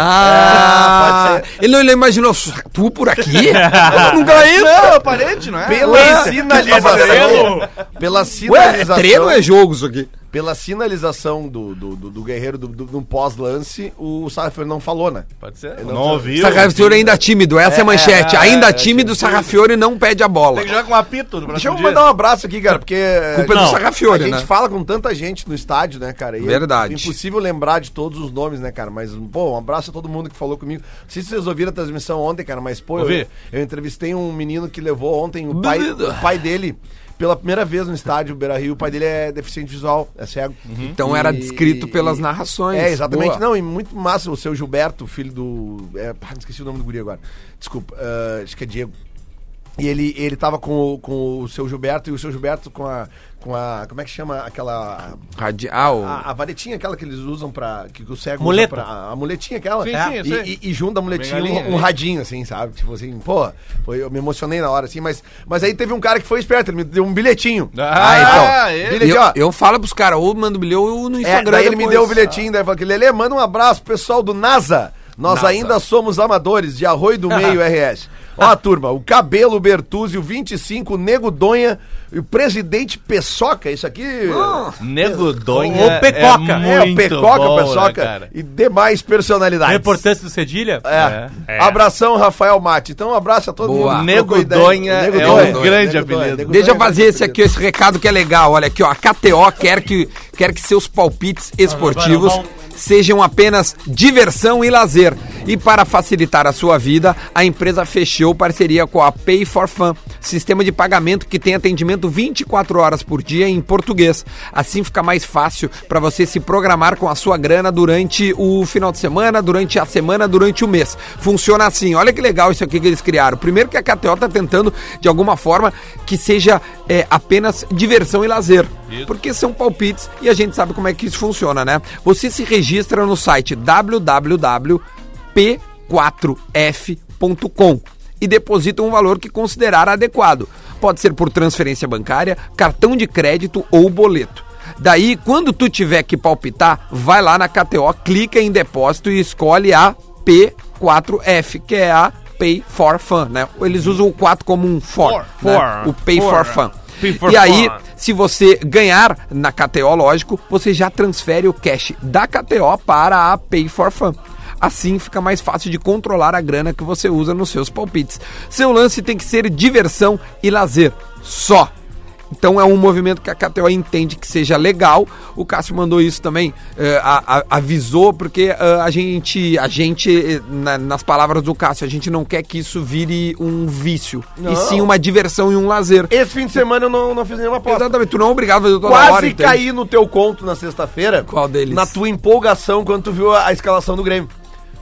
A: Ah,
D: pode É.
A: ele não ele imaginou tu por aqui? Eu nunca entra.
F: Não, é parente, não é?
D: Pela
E: treino.
D: sinalização. Pela
A: Ué, é
D: sinalização.
A: treino ou é jogo isso aqui?
D: Pela sinalização do, do, do, do guerreiro do, do, do pós-lance, o Sarrafiori não falou, né?
F: Pode ser.
D: Eu
F: Não,
D: não sei.
F: ouviu.
A: Sarrafiore ainda tímido, essa é a manchete.
F: é,
A: Ainda
F: é,
A: tímido, Sarrafiore não pede a bola.
F: Tem que jogar com apito no
D: Deixa
F: próximo
D: eu
F: dia.
D: mandar um abraço aqui, cara, porque.
A: Culpa
E: Não,
A: do Sarrafiore,
D: a gente
A: né?
D: fala com tanta gente no estádio, né, cara? E é
A: Verdade.
D: impossível lembrar de todos os nomes, né, cara? Mas, pô, um abraço a todo mundo que falou comigo. Não sei se vocês ouviram a transmissão ontem, cara, mas, pô, eu,
F: Ouvi.
D: eu entrevistei um menino que levou ontem o pai,
A: Beleza.
D: o pai dele. Pela primeira vez no estádio Beira Rio, o pai dele é deficiente visual, é cego.
A: Então era descrito pelas narrações.
D: É, exatamente.
A: Boa.
D: Não, e muito massa o seu Gilberto, filho do. É, ah, esqueci o nome do guri agora. Desculpa, ah, acho que é Diego. E ele, ele tava com o, com o seu Gilberto e o seu Gilberto com a. Com a como é que chama aquela.
A: Radial.
D: A, a varetinha aquela que eles usam pra. Que, que o cego
B: Muleta.
D: usa pra. A, a muletinha aquela.
F: Sim,
D: É.
F: sim, eu
D: e,
F: sei.
D: e- e junto da muletinha
F: Bengalinha,
D: um, um
F: né?
D: radinho, assim, sabe? Tipo assim, pô, foi- eu me emocionei na hora, assim, mas. Mas aí teve um cara que foi esperto, ele me deu um bilhetinho. então.
F: Ah, ele-
D: Bilhetinho,
A: eu,
D: ó.
A: eu falo pros caras, ou mando bilhão ou no
D: É,
A: Instagram.
D: daí ele me
A: depois.
D: deu o bilhetinho, daí falou que Lelê, manda um abraço pro pessoal do NASA. Nós ainda somos amadores de Arroio do Meio RS. Ó, turma, o Cabelo Bertuzzi, o 25, o Nego Donha e o Presidente Peçoca, isso aqui...
A: Ah.
F: Nego Donha
B: Ou Pecoca.
F: É,
D: é, o
F: muito
D: Pecoca,
F: bom, né,
D: Peçoca
F: cara?
D: e demais
B: A
D: personalidades.
B: importância do Cedilha.
D: É.
E: É.
D: Abração, Rafael Mate. Então, um abraço a todo
A: Boa.
D: mundo.
F: Nego
D: Trocou ideia.
F: Donha
D: Nego
F: é
D: Donha.
F: um grande
D: Nego Donha,
F: apelido.
D: Nego
A: Deixa eu
D: Donha é
A: fazer esse
D: apelido.
A: aqui, esse recado que é legal. Olha aqui, ó. A KTO quer que, quer que seus palpites esportivos sejam apenas diversão e lazer. E para facilitar a sua vida, a empresa fechou parceria com a Pay for Fun, sistema de pagamento que tem atendimento 24 horas por dia em português. Assim fica mais fácil para você se programar com a sua grana durante o final de semana, durante a semana, durante o mês. Funciona assim. Olha que legal isso aqui que eles criaram. Primeiro que a KTO tá tentando, de alguma forma, que seja é, apenas diversão e lazer. Porque são palpites e a gente sabe como é que isso funciona, né? Você se registra no site www.p4f.com e deposita um valor que considerar adequado. Pode ser por transferência bancária, cartão de crédito ou boleto. Daí, quando tu tiver que palpitar, vai lá na KTO, clica em depósito e escolhe a P4F, que é a pay for fun, né? Eles usam o 4 como um for,
F: For,
A: né?
E: for,
A: o pay for, fun.
E: for. Pay for
A: e aí,
E: fun.
A: se você ganhar na KTO, lógico, você já transfere o cash da KTO para a Pay for Fun. Assim fica mais fácil de controlar a grana que você usa nos seus palpites. Seu lance tem que ser diversão e lazer. Só. Então é um movimento que a KTO entende que seja legal. O Cássio mandou isso também, eh, a- a- avisou, porque eh, a gente, a gente eh, na- nas palavras do Cássio, a gente não quer que isso vire um vício, e sim uma diversão e um lazer.
D: Esse fim de semana eu não, não fiz nenhuma aposta.
A: Exatamente, tu não é obrigado a fazer toda
D: Quase
A: hora. entende?
D: caí no teu conto na sexta-feira.
A: Qual deles?
D: Na tua empolgação quando tu viu a, a escalação do Grêmio.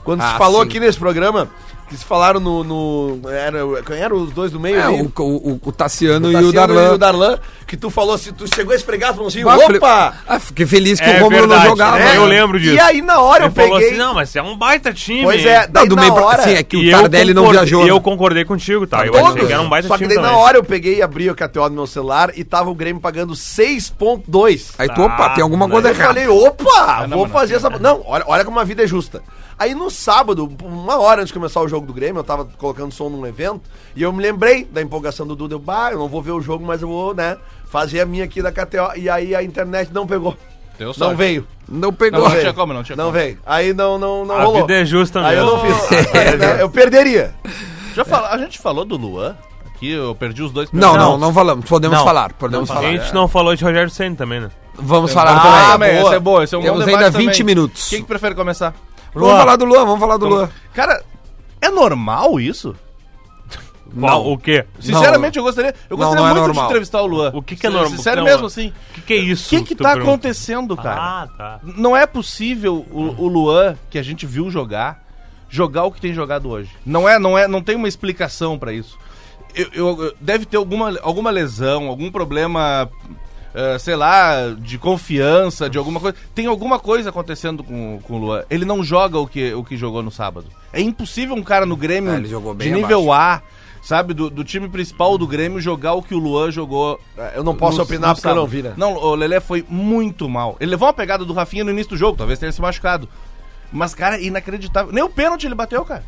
D: Quando
A: Ah,
D: se falou
A: sim.
D: aqui nesse programa, que se falaram no. no era, quem eram os dois do meio?
A: É,
D: ali?
A: o, o, o- o Tassiano,
D: Tassiano
A: e o Darlan.
D: e o Darlan, que tu falou assim, tu chegou a esfregar as mãozinhas,
A: Ah, falei-
D: opa!
A: Ah, fiquei feliz que
E: É
A: o Romulo não
E: verdade,
A: jogava.
E: né? Eu
A: né?
E: lembro disso.
D: E aí na hora
E: Ele
D: eu peguei.
E: falou assim, não, mas é um baita time.
D: pois
E: hein?
D: é,
A: Não,
D: daí
A: do
D: na
A: meio pra-
D: hora,
A: sim, é que
E: E
A: o Tardelli não
E: concordei-
A: viajou.
E: E eu
A: né?
E: concordei contigo, tá? Eu
D: todos.
E: achei que era um baita
D: Só que
E: time
D: daí na
E: também.
D: hora eu peguei e abri o KTO no meu celular e tava o Grêmio pagando 6.2.
A: Aí tu, opa, tem
E: Ah,
A: alguma coisa
D: eu
A: errada.
D: falei, opa, vou
F: é não, mas não, é
D: fazer essa. Não, olha, olha como a vida é justa. Aí no sábado, uma hora antes de começar o jogo do Grêmio, eu tava colocando som num evento, e eu me lembrei da empolgação do Duda. Eu, bah, eu não vou ver o jogo, mas eu vou, né, fazer a minha aqui da KTO. E aí a internet não pegou.
F: Deu
D: Não
F: sorte.
D: veio.
A: Não
F: Não,
A: pegou.
F: não tinha como, não tinha
D: Não
F: como.
D: veio. Aí não, não, não
E: A
D: rolou.
E: vida é justa
D: Aí eu
E: mesmo.
D: não fiz. Aí, né, eu perderia.
F: Já fala- a gente falou do Luan. Aqui eu perdi os dois.
A: Não, não,
E: Não.
A: não falamos. Podemos
E: Não.
A: falar, podemos
E: A
A: falar.
E: gente não falou de Rogério Senna também, né?
A: Vamos
F: Ah,
A: falar
F: ah,
A: também.
F: também.
D: boa.
F: Esse é bom, esse é um
A: Temos
F: bom
A: ainda
F: debate também.
A: 20 minutos.
F: Quem que prefere começar?
A: Vamos falar do Luan, vamos falar do Luan.
F: Cara, é normal isso?
E: Qual- O quê?
F: Sinceramente, eu gostaria, eu
A: Não,
F: gostaria
A: não é
F: muito de
A: normal.
F: entrevistar o Luan.
E: O que que é
F: Sin-
E: normal?
F: Sério
E: Não,
F: mesmo,
E: é-
F: assim.
E: O que, que é
F: O
E: isso?
F: que que
E: tu
F: tá
E: pergunta?
F: acontecendo, cara?
E: Ah, tá.
F: Não é possível o, o Luan, que a gente viu jogar, jogar o que tem jogado hoje. Não é, não é, não tem uma explicação pra isso. Eu- eu- eu- deve ter alguma, alguma lesão, algum problema, eh, sei lá, de confiança, de alguma coisa. Tem alguma coisa acontecendo com, com o Luan. Ele não joga o que, o que jogou no sábado. É impossível um cara no Grêmio
A: É, ele jogou bem
F: de nível A, sabe, do, do time principal do Grêmio jogar o que o Luan jogou
D: Eu não posso
F: no-
D: opinar
F: no
D: porque eu não
F: sábado.
D: vi, né?
F: Não, o Lelé foi muito mal. Ele levou uma pegada do Rafinha no início do jogo, talvez tenha se machucado. Mas, cara, inacreditável. Nem o pênalti ele bateu, cara.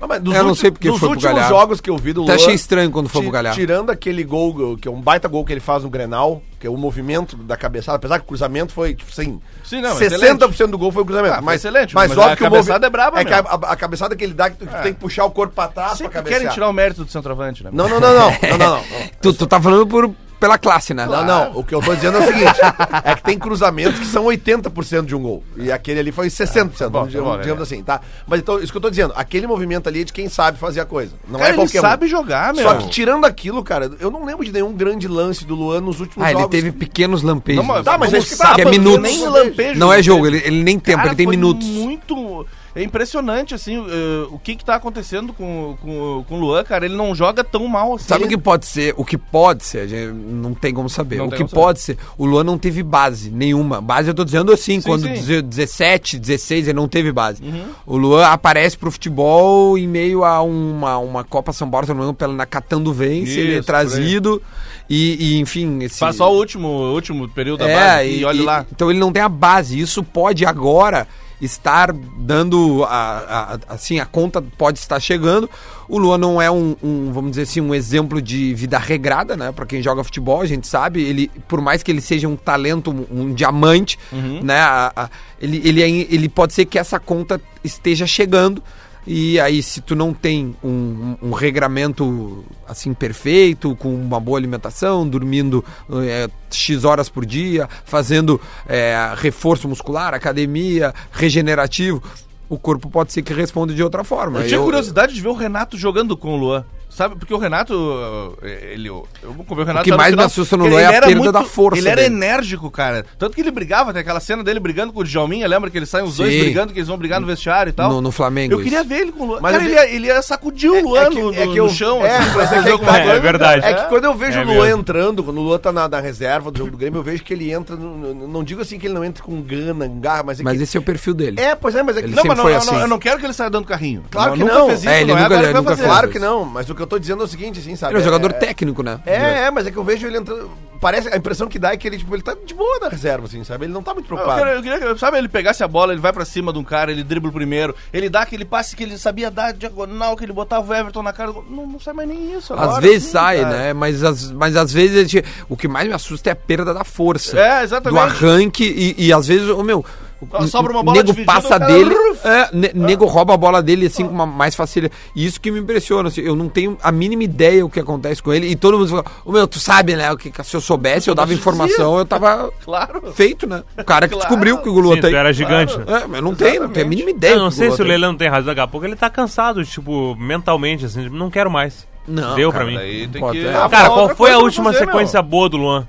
D: Não, mas dos
A: Eu não
D: ulti-
A: sei porque
D: dos
A: foi pro
D: últimos
A: Galhardo.
D: jogos que eu vi do
A: Até achei estranho quando foi pro
D: ti-
A: Galhardo.
D: Tirando aquele gol, que é um baita gol que ele faz no Grenal, que é o movimento da cabeçada, apesar que o cruzamento foi, tipo assim,
F: Sim, não,
D: 60% do gol foi o cruzamento.
F: Ah, foi
D: mas,
F: excelente,
D: mas,
F: mas
D: óbvio
F: a
D: que o
F: cabeçada
D: movi-
F: é braba
D: É que a,
F: mesmo.
D: a- a cabeçada que ele dá, que tu, tu tem que puxar o corpo pra trás pra
F: Sempre
D: cabecear.
F: querem tirar o mérito do centroavante, né?
D: Não, não, não, não, não, não, não. não.
A: Tu, tu tá falando por, pela classe, né?
D: Não, não, o que eu tô dizendo é o seguinte: é que tem cruzamentos que são 80% de um gol. E aquele ali foi 60%, vamos dizer-
F: tá bom,
D: digamos assim, tá? Mas então, isso que eu tô dizendo, aquele movimento ali é de quem sabe fazer a coisa. Não é
F: Cara, ele
D: qualquer um.
F: sabe jogar, Ah, meu.
D: Só que tirando aquilo, cara, eu não lembro de nenhum grande lance do Luan nos últimos
A: Ah, ele
D: jogos.
A: teve pequenos lampejos.
F: Não, mas-
D: Tá, mas
F: Como
D: é que tá,
A: que é
D: mas
A: minutos.
D: nem
F: um
D: lampejo.
F: lampejo,
A: Não é
F: né?
A: jogo, ele, ele nem tempo,
F: Cara,
A: ele tem
F: foi
A: minutos.
F: muito... É impressionante, assim, eh, o que que tá acontecendo com, com, com o Luan, cara. Ele não joga tão mal assim.
A: Sabe o
F: Ele-
A: que pode ser? O que pode ser, a gente não tem como saber.
F: Não
A: o
F: tem
A: que
F: como saber.
A: pode ser, o Luan não teve base nenhuma. Base eu tô dizendo assim, quando
F: sim. Uhum.
A: deze- 17, 16 ele não teve base. O Luan aparece pro futebol em meio a uma, uma Copa São Paulo, se eu não me engano, pela na Catando Vence, ele é
F: Isso, por aí.
A: trazido e, e, enfim, esse
F: Faz só o último, o último período da
A: é,
F: base
A: e,
F: e, olha
A: e-
F: lá.
A: Então ele não tem a base. Isso pode agora estar dando a, a- assim a conta pode estar chegando o Luan não é um, um, vamos dizer assim um exemplo de vida regrada né Pra quem joga futebol a gente sabe ele por mais que ele seja um talento um, um diamante
F: Uhum.
A: né a- a- ele ele, é in- ele pode ser que essa conta esteja chegando e aí, se tu não tem um, um regramento assim perfeito, com uma boa alimentação, dormindo eh, X horas por dia, fazendo eh, reforço muscular, academia, regenerativo, o corpo pode ser que responda de outra forma.
F: Eu tinha curiosidade de ver o Renato jogando com o Luan. Sabe, porque o Renato, uh, ele, eu como o Renato
A: que
F: tá
A: mais me
F: final,
A: assusta no
F: ele
A: Luan é a
F: era
A: perda da força
F: Ele era
A: dele.
F: enérgico, cara. Tanto que ele brigava, tem aquela cena dele brigando com o Djalminha, lembra que eles saem os dois
A: Sim.
F: brigando, que eles vão brigar no vestiário e tal.
A: eh, No- no Flamengo,
F: Eu queria
A: isso.
F: ver ele com o Luan.
D: Mas
F: cara,
D: eu
F: ele, é-
D: vi-
F: ia- ele ia sacudir o Luan no, no- no chão.
D: É,
F: assim, pra
D: mas é
F: fazer
D: que,
F: alguma
D: tá-
F: coisa.
E: É verdade.
D: É que quando eu vejo
E: É
D: o Luan
E: mesmo.
D: entrando, quando o Luan tá na, na reserva do jogo do Grêmio, eu vejo que ele entra. no- no- não digo assim que ele não entra com gana, com garra, mas é
A: Mas
D: que.
A: esse é o perfil dele.
D: É, pois é, mas é que.
A: Ele
F: Não,
A: sempre
F: mas não,
A: foi
F: eu
A: assim.
F: não- eu não quero que ele saia dando carrinho.
D: Claro que
F: nunca
D: não.
F: fez isso,
A: É, ele
F: não é
A: nunca-
F: agora que
A: ele
F: vai
A: nunca
F: fazer.
A: fez.
D: Claro que não, mas o que eu tô dizendo é o seguinte, assim, sabe?
A: ele é um jogador
D: é,
A: técnico, né?
D: É, é, mas é que eu vejo ele entrando. parece, a impressão que dá é que ele, tipo, ele tá de boa na reserva, assim, sabe? Ele não tá muito
F: Eu
D: preocupado.
F: quero- eu queria que- sabe, ele pegasse a bola, ele vai pra cima de um cara, ele dribla o primeiro, ele dá aquele passe que ele sabia dar diagonal, que ele botava o Everton na cara. Não, não sai mais nem isso agora.
A: Às vezes
F: assim,
A: sai,
F: cara.
A: né? Mas, às- mas às vezes a gente- o que mais me assusta é a perda da força.
F: É, exatamente.
A: Do arranque e, e às vezes, o meu.
F: Ó,
A: o-
F: Ah, sobra uma
A: o
F: bola
A: nego
F: dividida,
A: passa
F: o cara- Ah.
A: dele. É, ne- nego rouba a bola dele assim com uma mais facilidade. E isso que me impressiona. assim, eu não tenho a mínima ideia o que acontece com ele. E todo mundo fala, ô meu, tu sabe, né? O que, se eu soubesse, eu dava informação, eu tava
F: Claro.
A: feito, né? O cara que
F: Claro.
A: descobriu que o Gulua
E: Sim,
A: tem.
E: tu era gigante. né?
A: É, mas não tem, não tenho a mínima ideia.
E: Eu não
A: do que
E: sei
A: Gulua
E: se o
A: tem.
E: Leilão tem razão. Daqui a pouco ele tá cansado, tipo, mentalmente, assim, tipo, não quero mais.
A: Não,
E: Deu
A: cara,
E: pra mim.
F: Daí tem
A: Pode
F: que...
A: ser.
F: Ah,
E: Cara,
F: fala
E: qual
F: outra
E: foi a
F: coisa pra
E: última
F: fazer, meu.
E: sequência boa do Luan?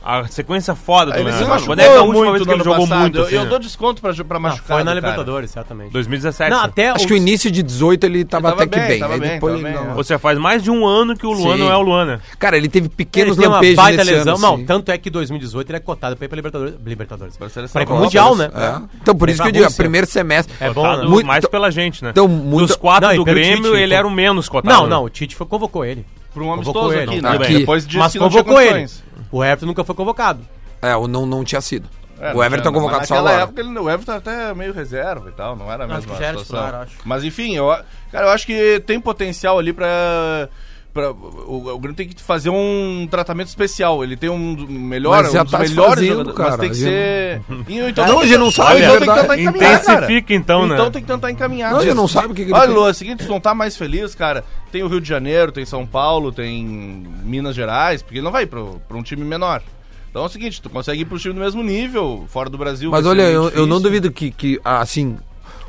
E: A sequência foda do
F: Ele se
E: Luan.
F: machucou
E: Quando é que a última
F: muito
E: vez que ele
F: ano
E: jogou
F: passado.
E: muito?
F: Eu-
E: assim,
F: Eu
E: né?
F: dou desconto pra, pra
B: Ah,
F: machucado,
B: foi na
F: cara.
B: Libertadores, certamente.
E: 2017.
B: Não,
E: né?
B: até
A: Acho
B: o-
A: que o início de 18 ele tava,
F: Ele tava
A: até que
F: bem,
A: bem.
F: tava
A: aí
F: bem,
A: depois
F: tava
A: ele
F: bem,
A: não-
E: Ou seja, faz mais de um ano que o Luan
A: Sim.
E: não é o Luan, né?
A: Cara, ele teve pequenos
B: Ele tem uma
A: lampejos
B: baita
A: nesse
B: lesão.
A: ano,
B: não,
A: assim.
B: tanto é que 2018 ele é cotado pra ir pra Libertadores. Libertadores.
F: Pra seleção
B: Pra ir pro
F: da Copa,
B: Mundial, né?
A: É. Então, por
B: Ele
A: isso
B: pra
A: que eu digo, é
B: Rússia.
A: primeiro semestre.
B: É bom,
E: Cotado
B: né?
A: Muito-
E: mais pela gente, né?
A: Então, muito-
E: Dos quatro
B: Não, e
E: do
B: pelo
E: Grêmio,
B: Tite,
E: ele
B: então.
E: era o menos cotado.
B: Não,
E: né?
B: não, o Tite foi, convocou ele.
F: Pra um
B: Convocou
F: amistoso
B: ele,
F: aqui,
B: não,
F: né?
A: tá bem.
F: Depois disse
B: Mas
F: que não tinha
B: convocou ele.
F: condições.
B: O Everton nunca foi convocado.
A: É, o não, não tinha sido.
F: É,
A: o
F: não
A: Everton
F: tinha,
A: convocado
F: mas
A: só
F: Naquela
A: agora.
F: época ele, o Everton até é meio reserva e tal, não era a mesma
B: Acho que já era
F: situação.
B: titular, acho.
F: Mas enfim, eu, cara, eu acho que tem potencial ali pra... pra o, o Grêmio tem que fazer um tratamento especial. Ele tem um do- melhor,
A: Mas já
F: um dos
A: tá se
F: melhores
A: fazendo,
F: jogadores,
A: cara,
F: mas tem que
A: já
F: ser... E, então,
A: Não, ele não sabe,
F: então
A: é
F: tem que tentar
A: verdade.
F: encaminhar, cara.
E: né? Intensifica então, né?
F: Então tem que tentar encaminhar.
A: Não, ele não
F: Isso.
A: sabe o que que ele
F: Olha,
A: tem.
F: Lua, é o seguinte, tu não tá mais feliz, cara. Tem o Rio de Janeiro, tem São Paulo, tem Minas Gerais, porque ele não vai pro, pra um time menor. Então é o seguinte, tu consegue ir pro time do mesmo nível, fora do Brasil.
A: Mas
F: vai ser
A: olha,
F: meio
A: eu, eu não
F: difícil.
A: duvido que, que ah, assim,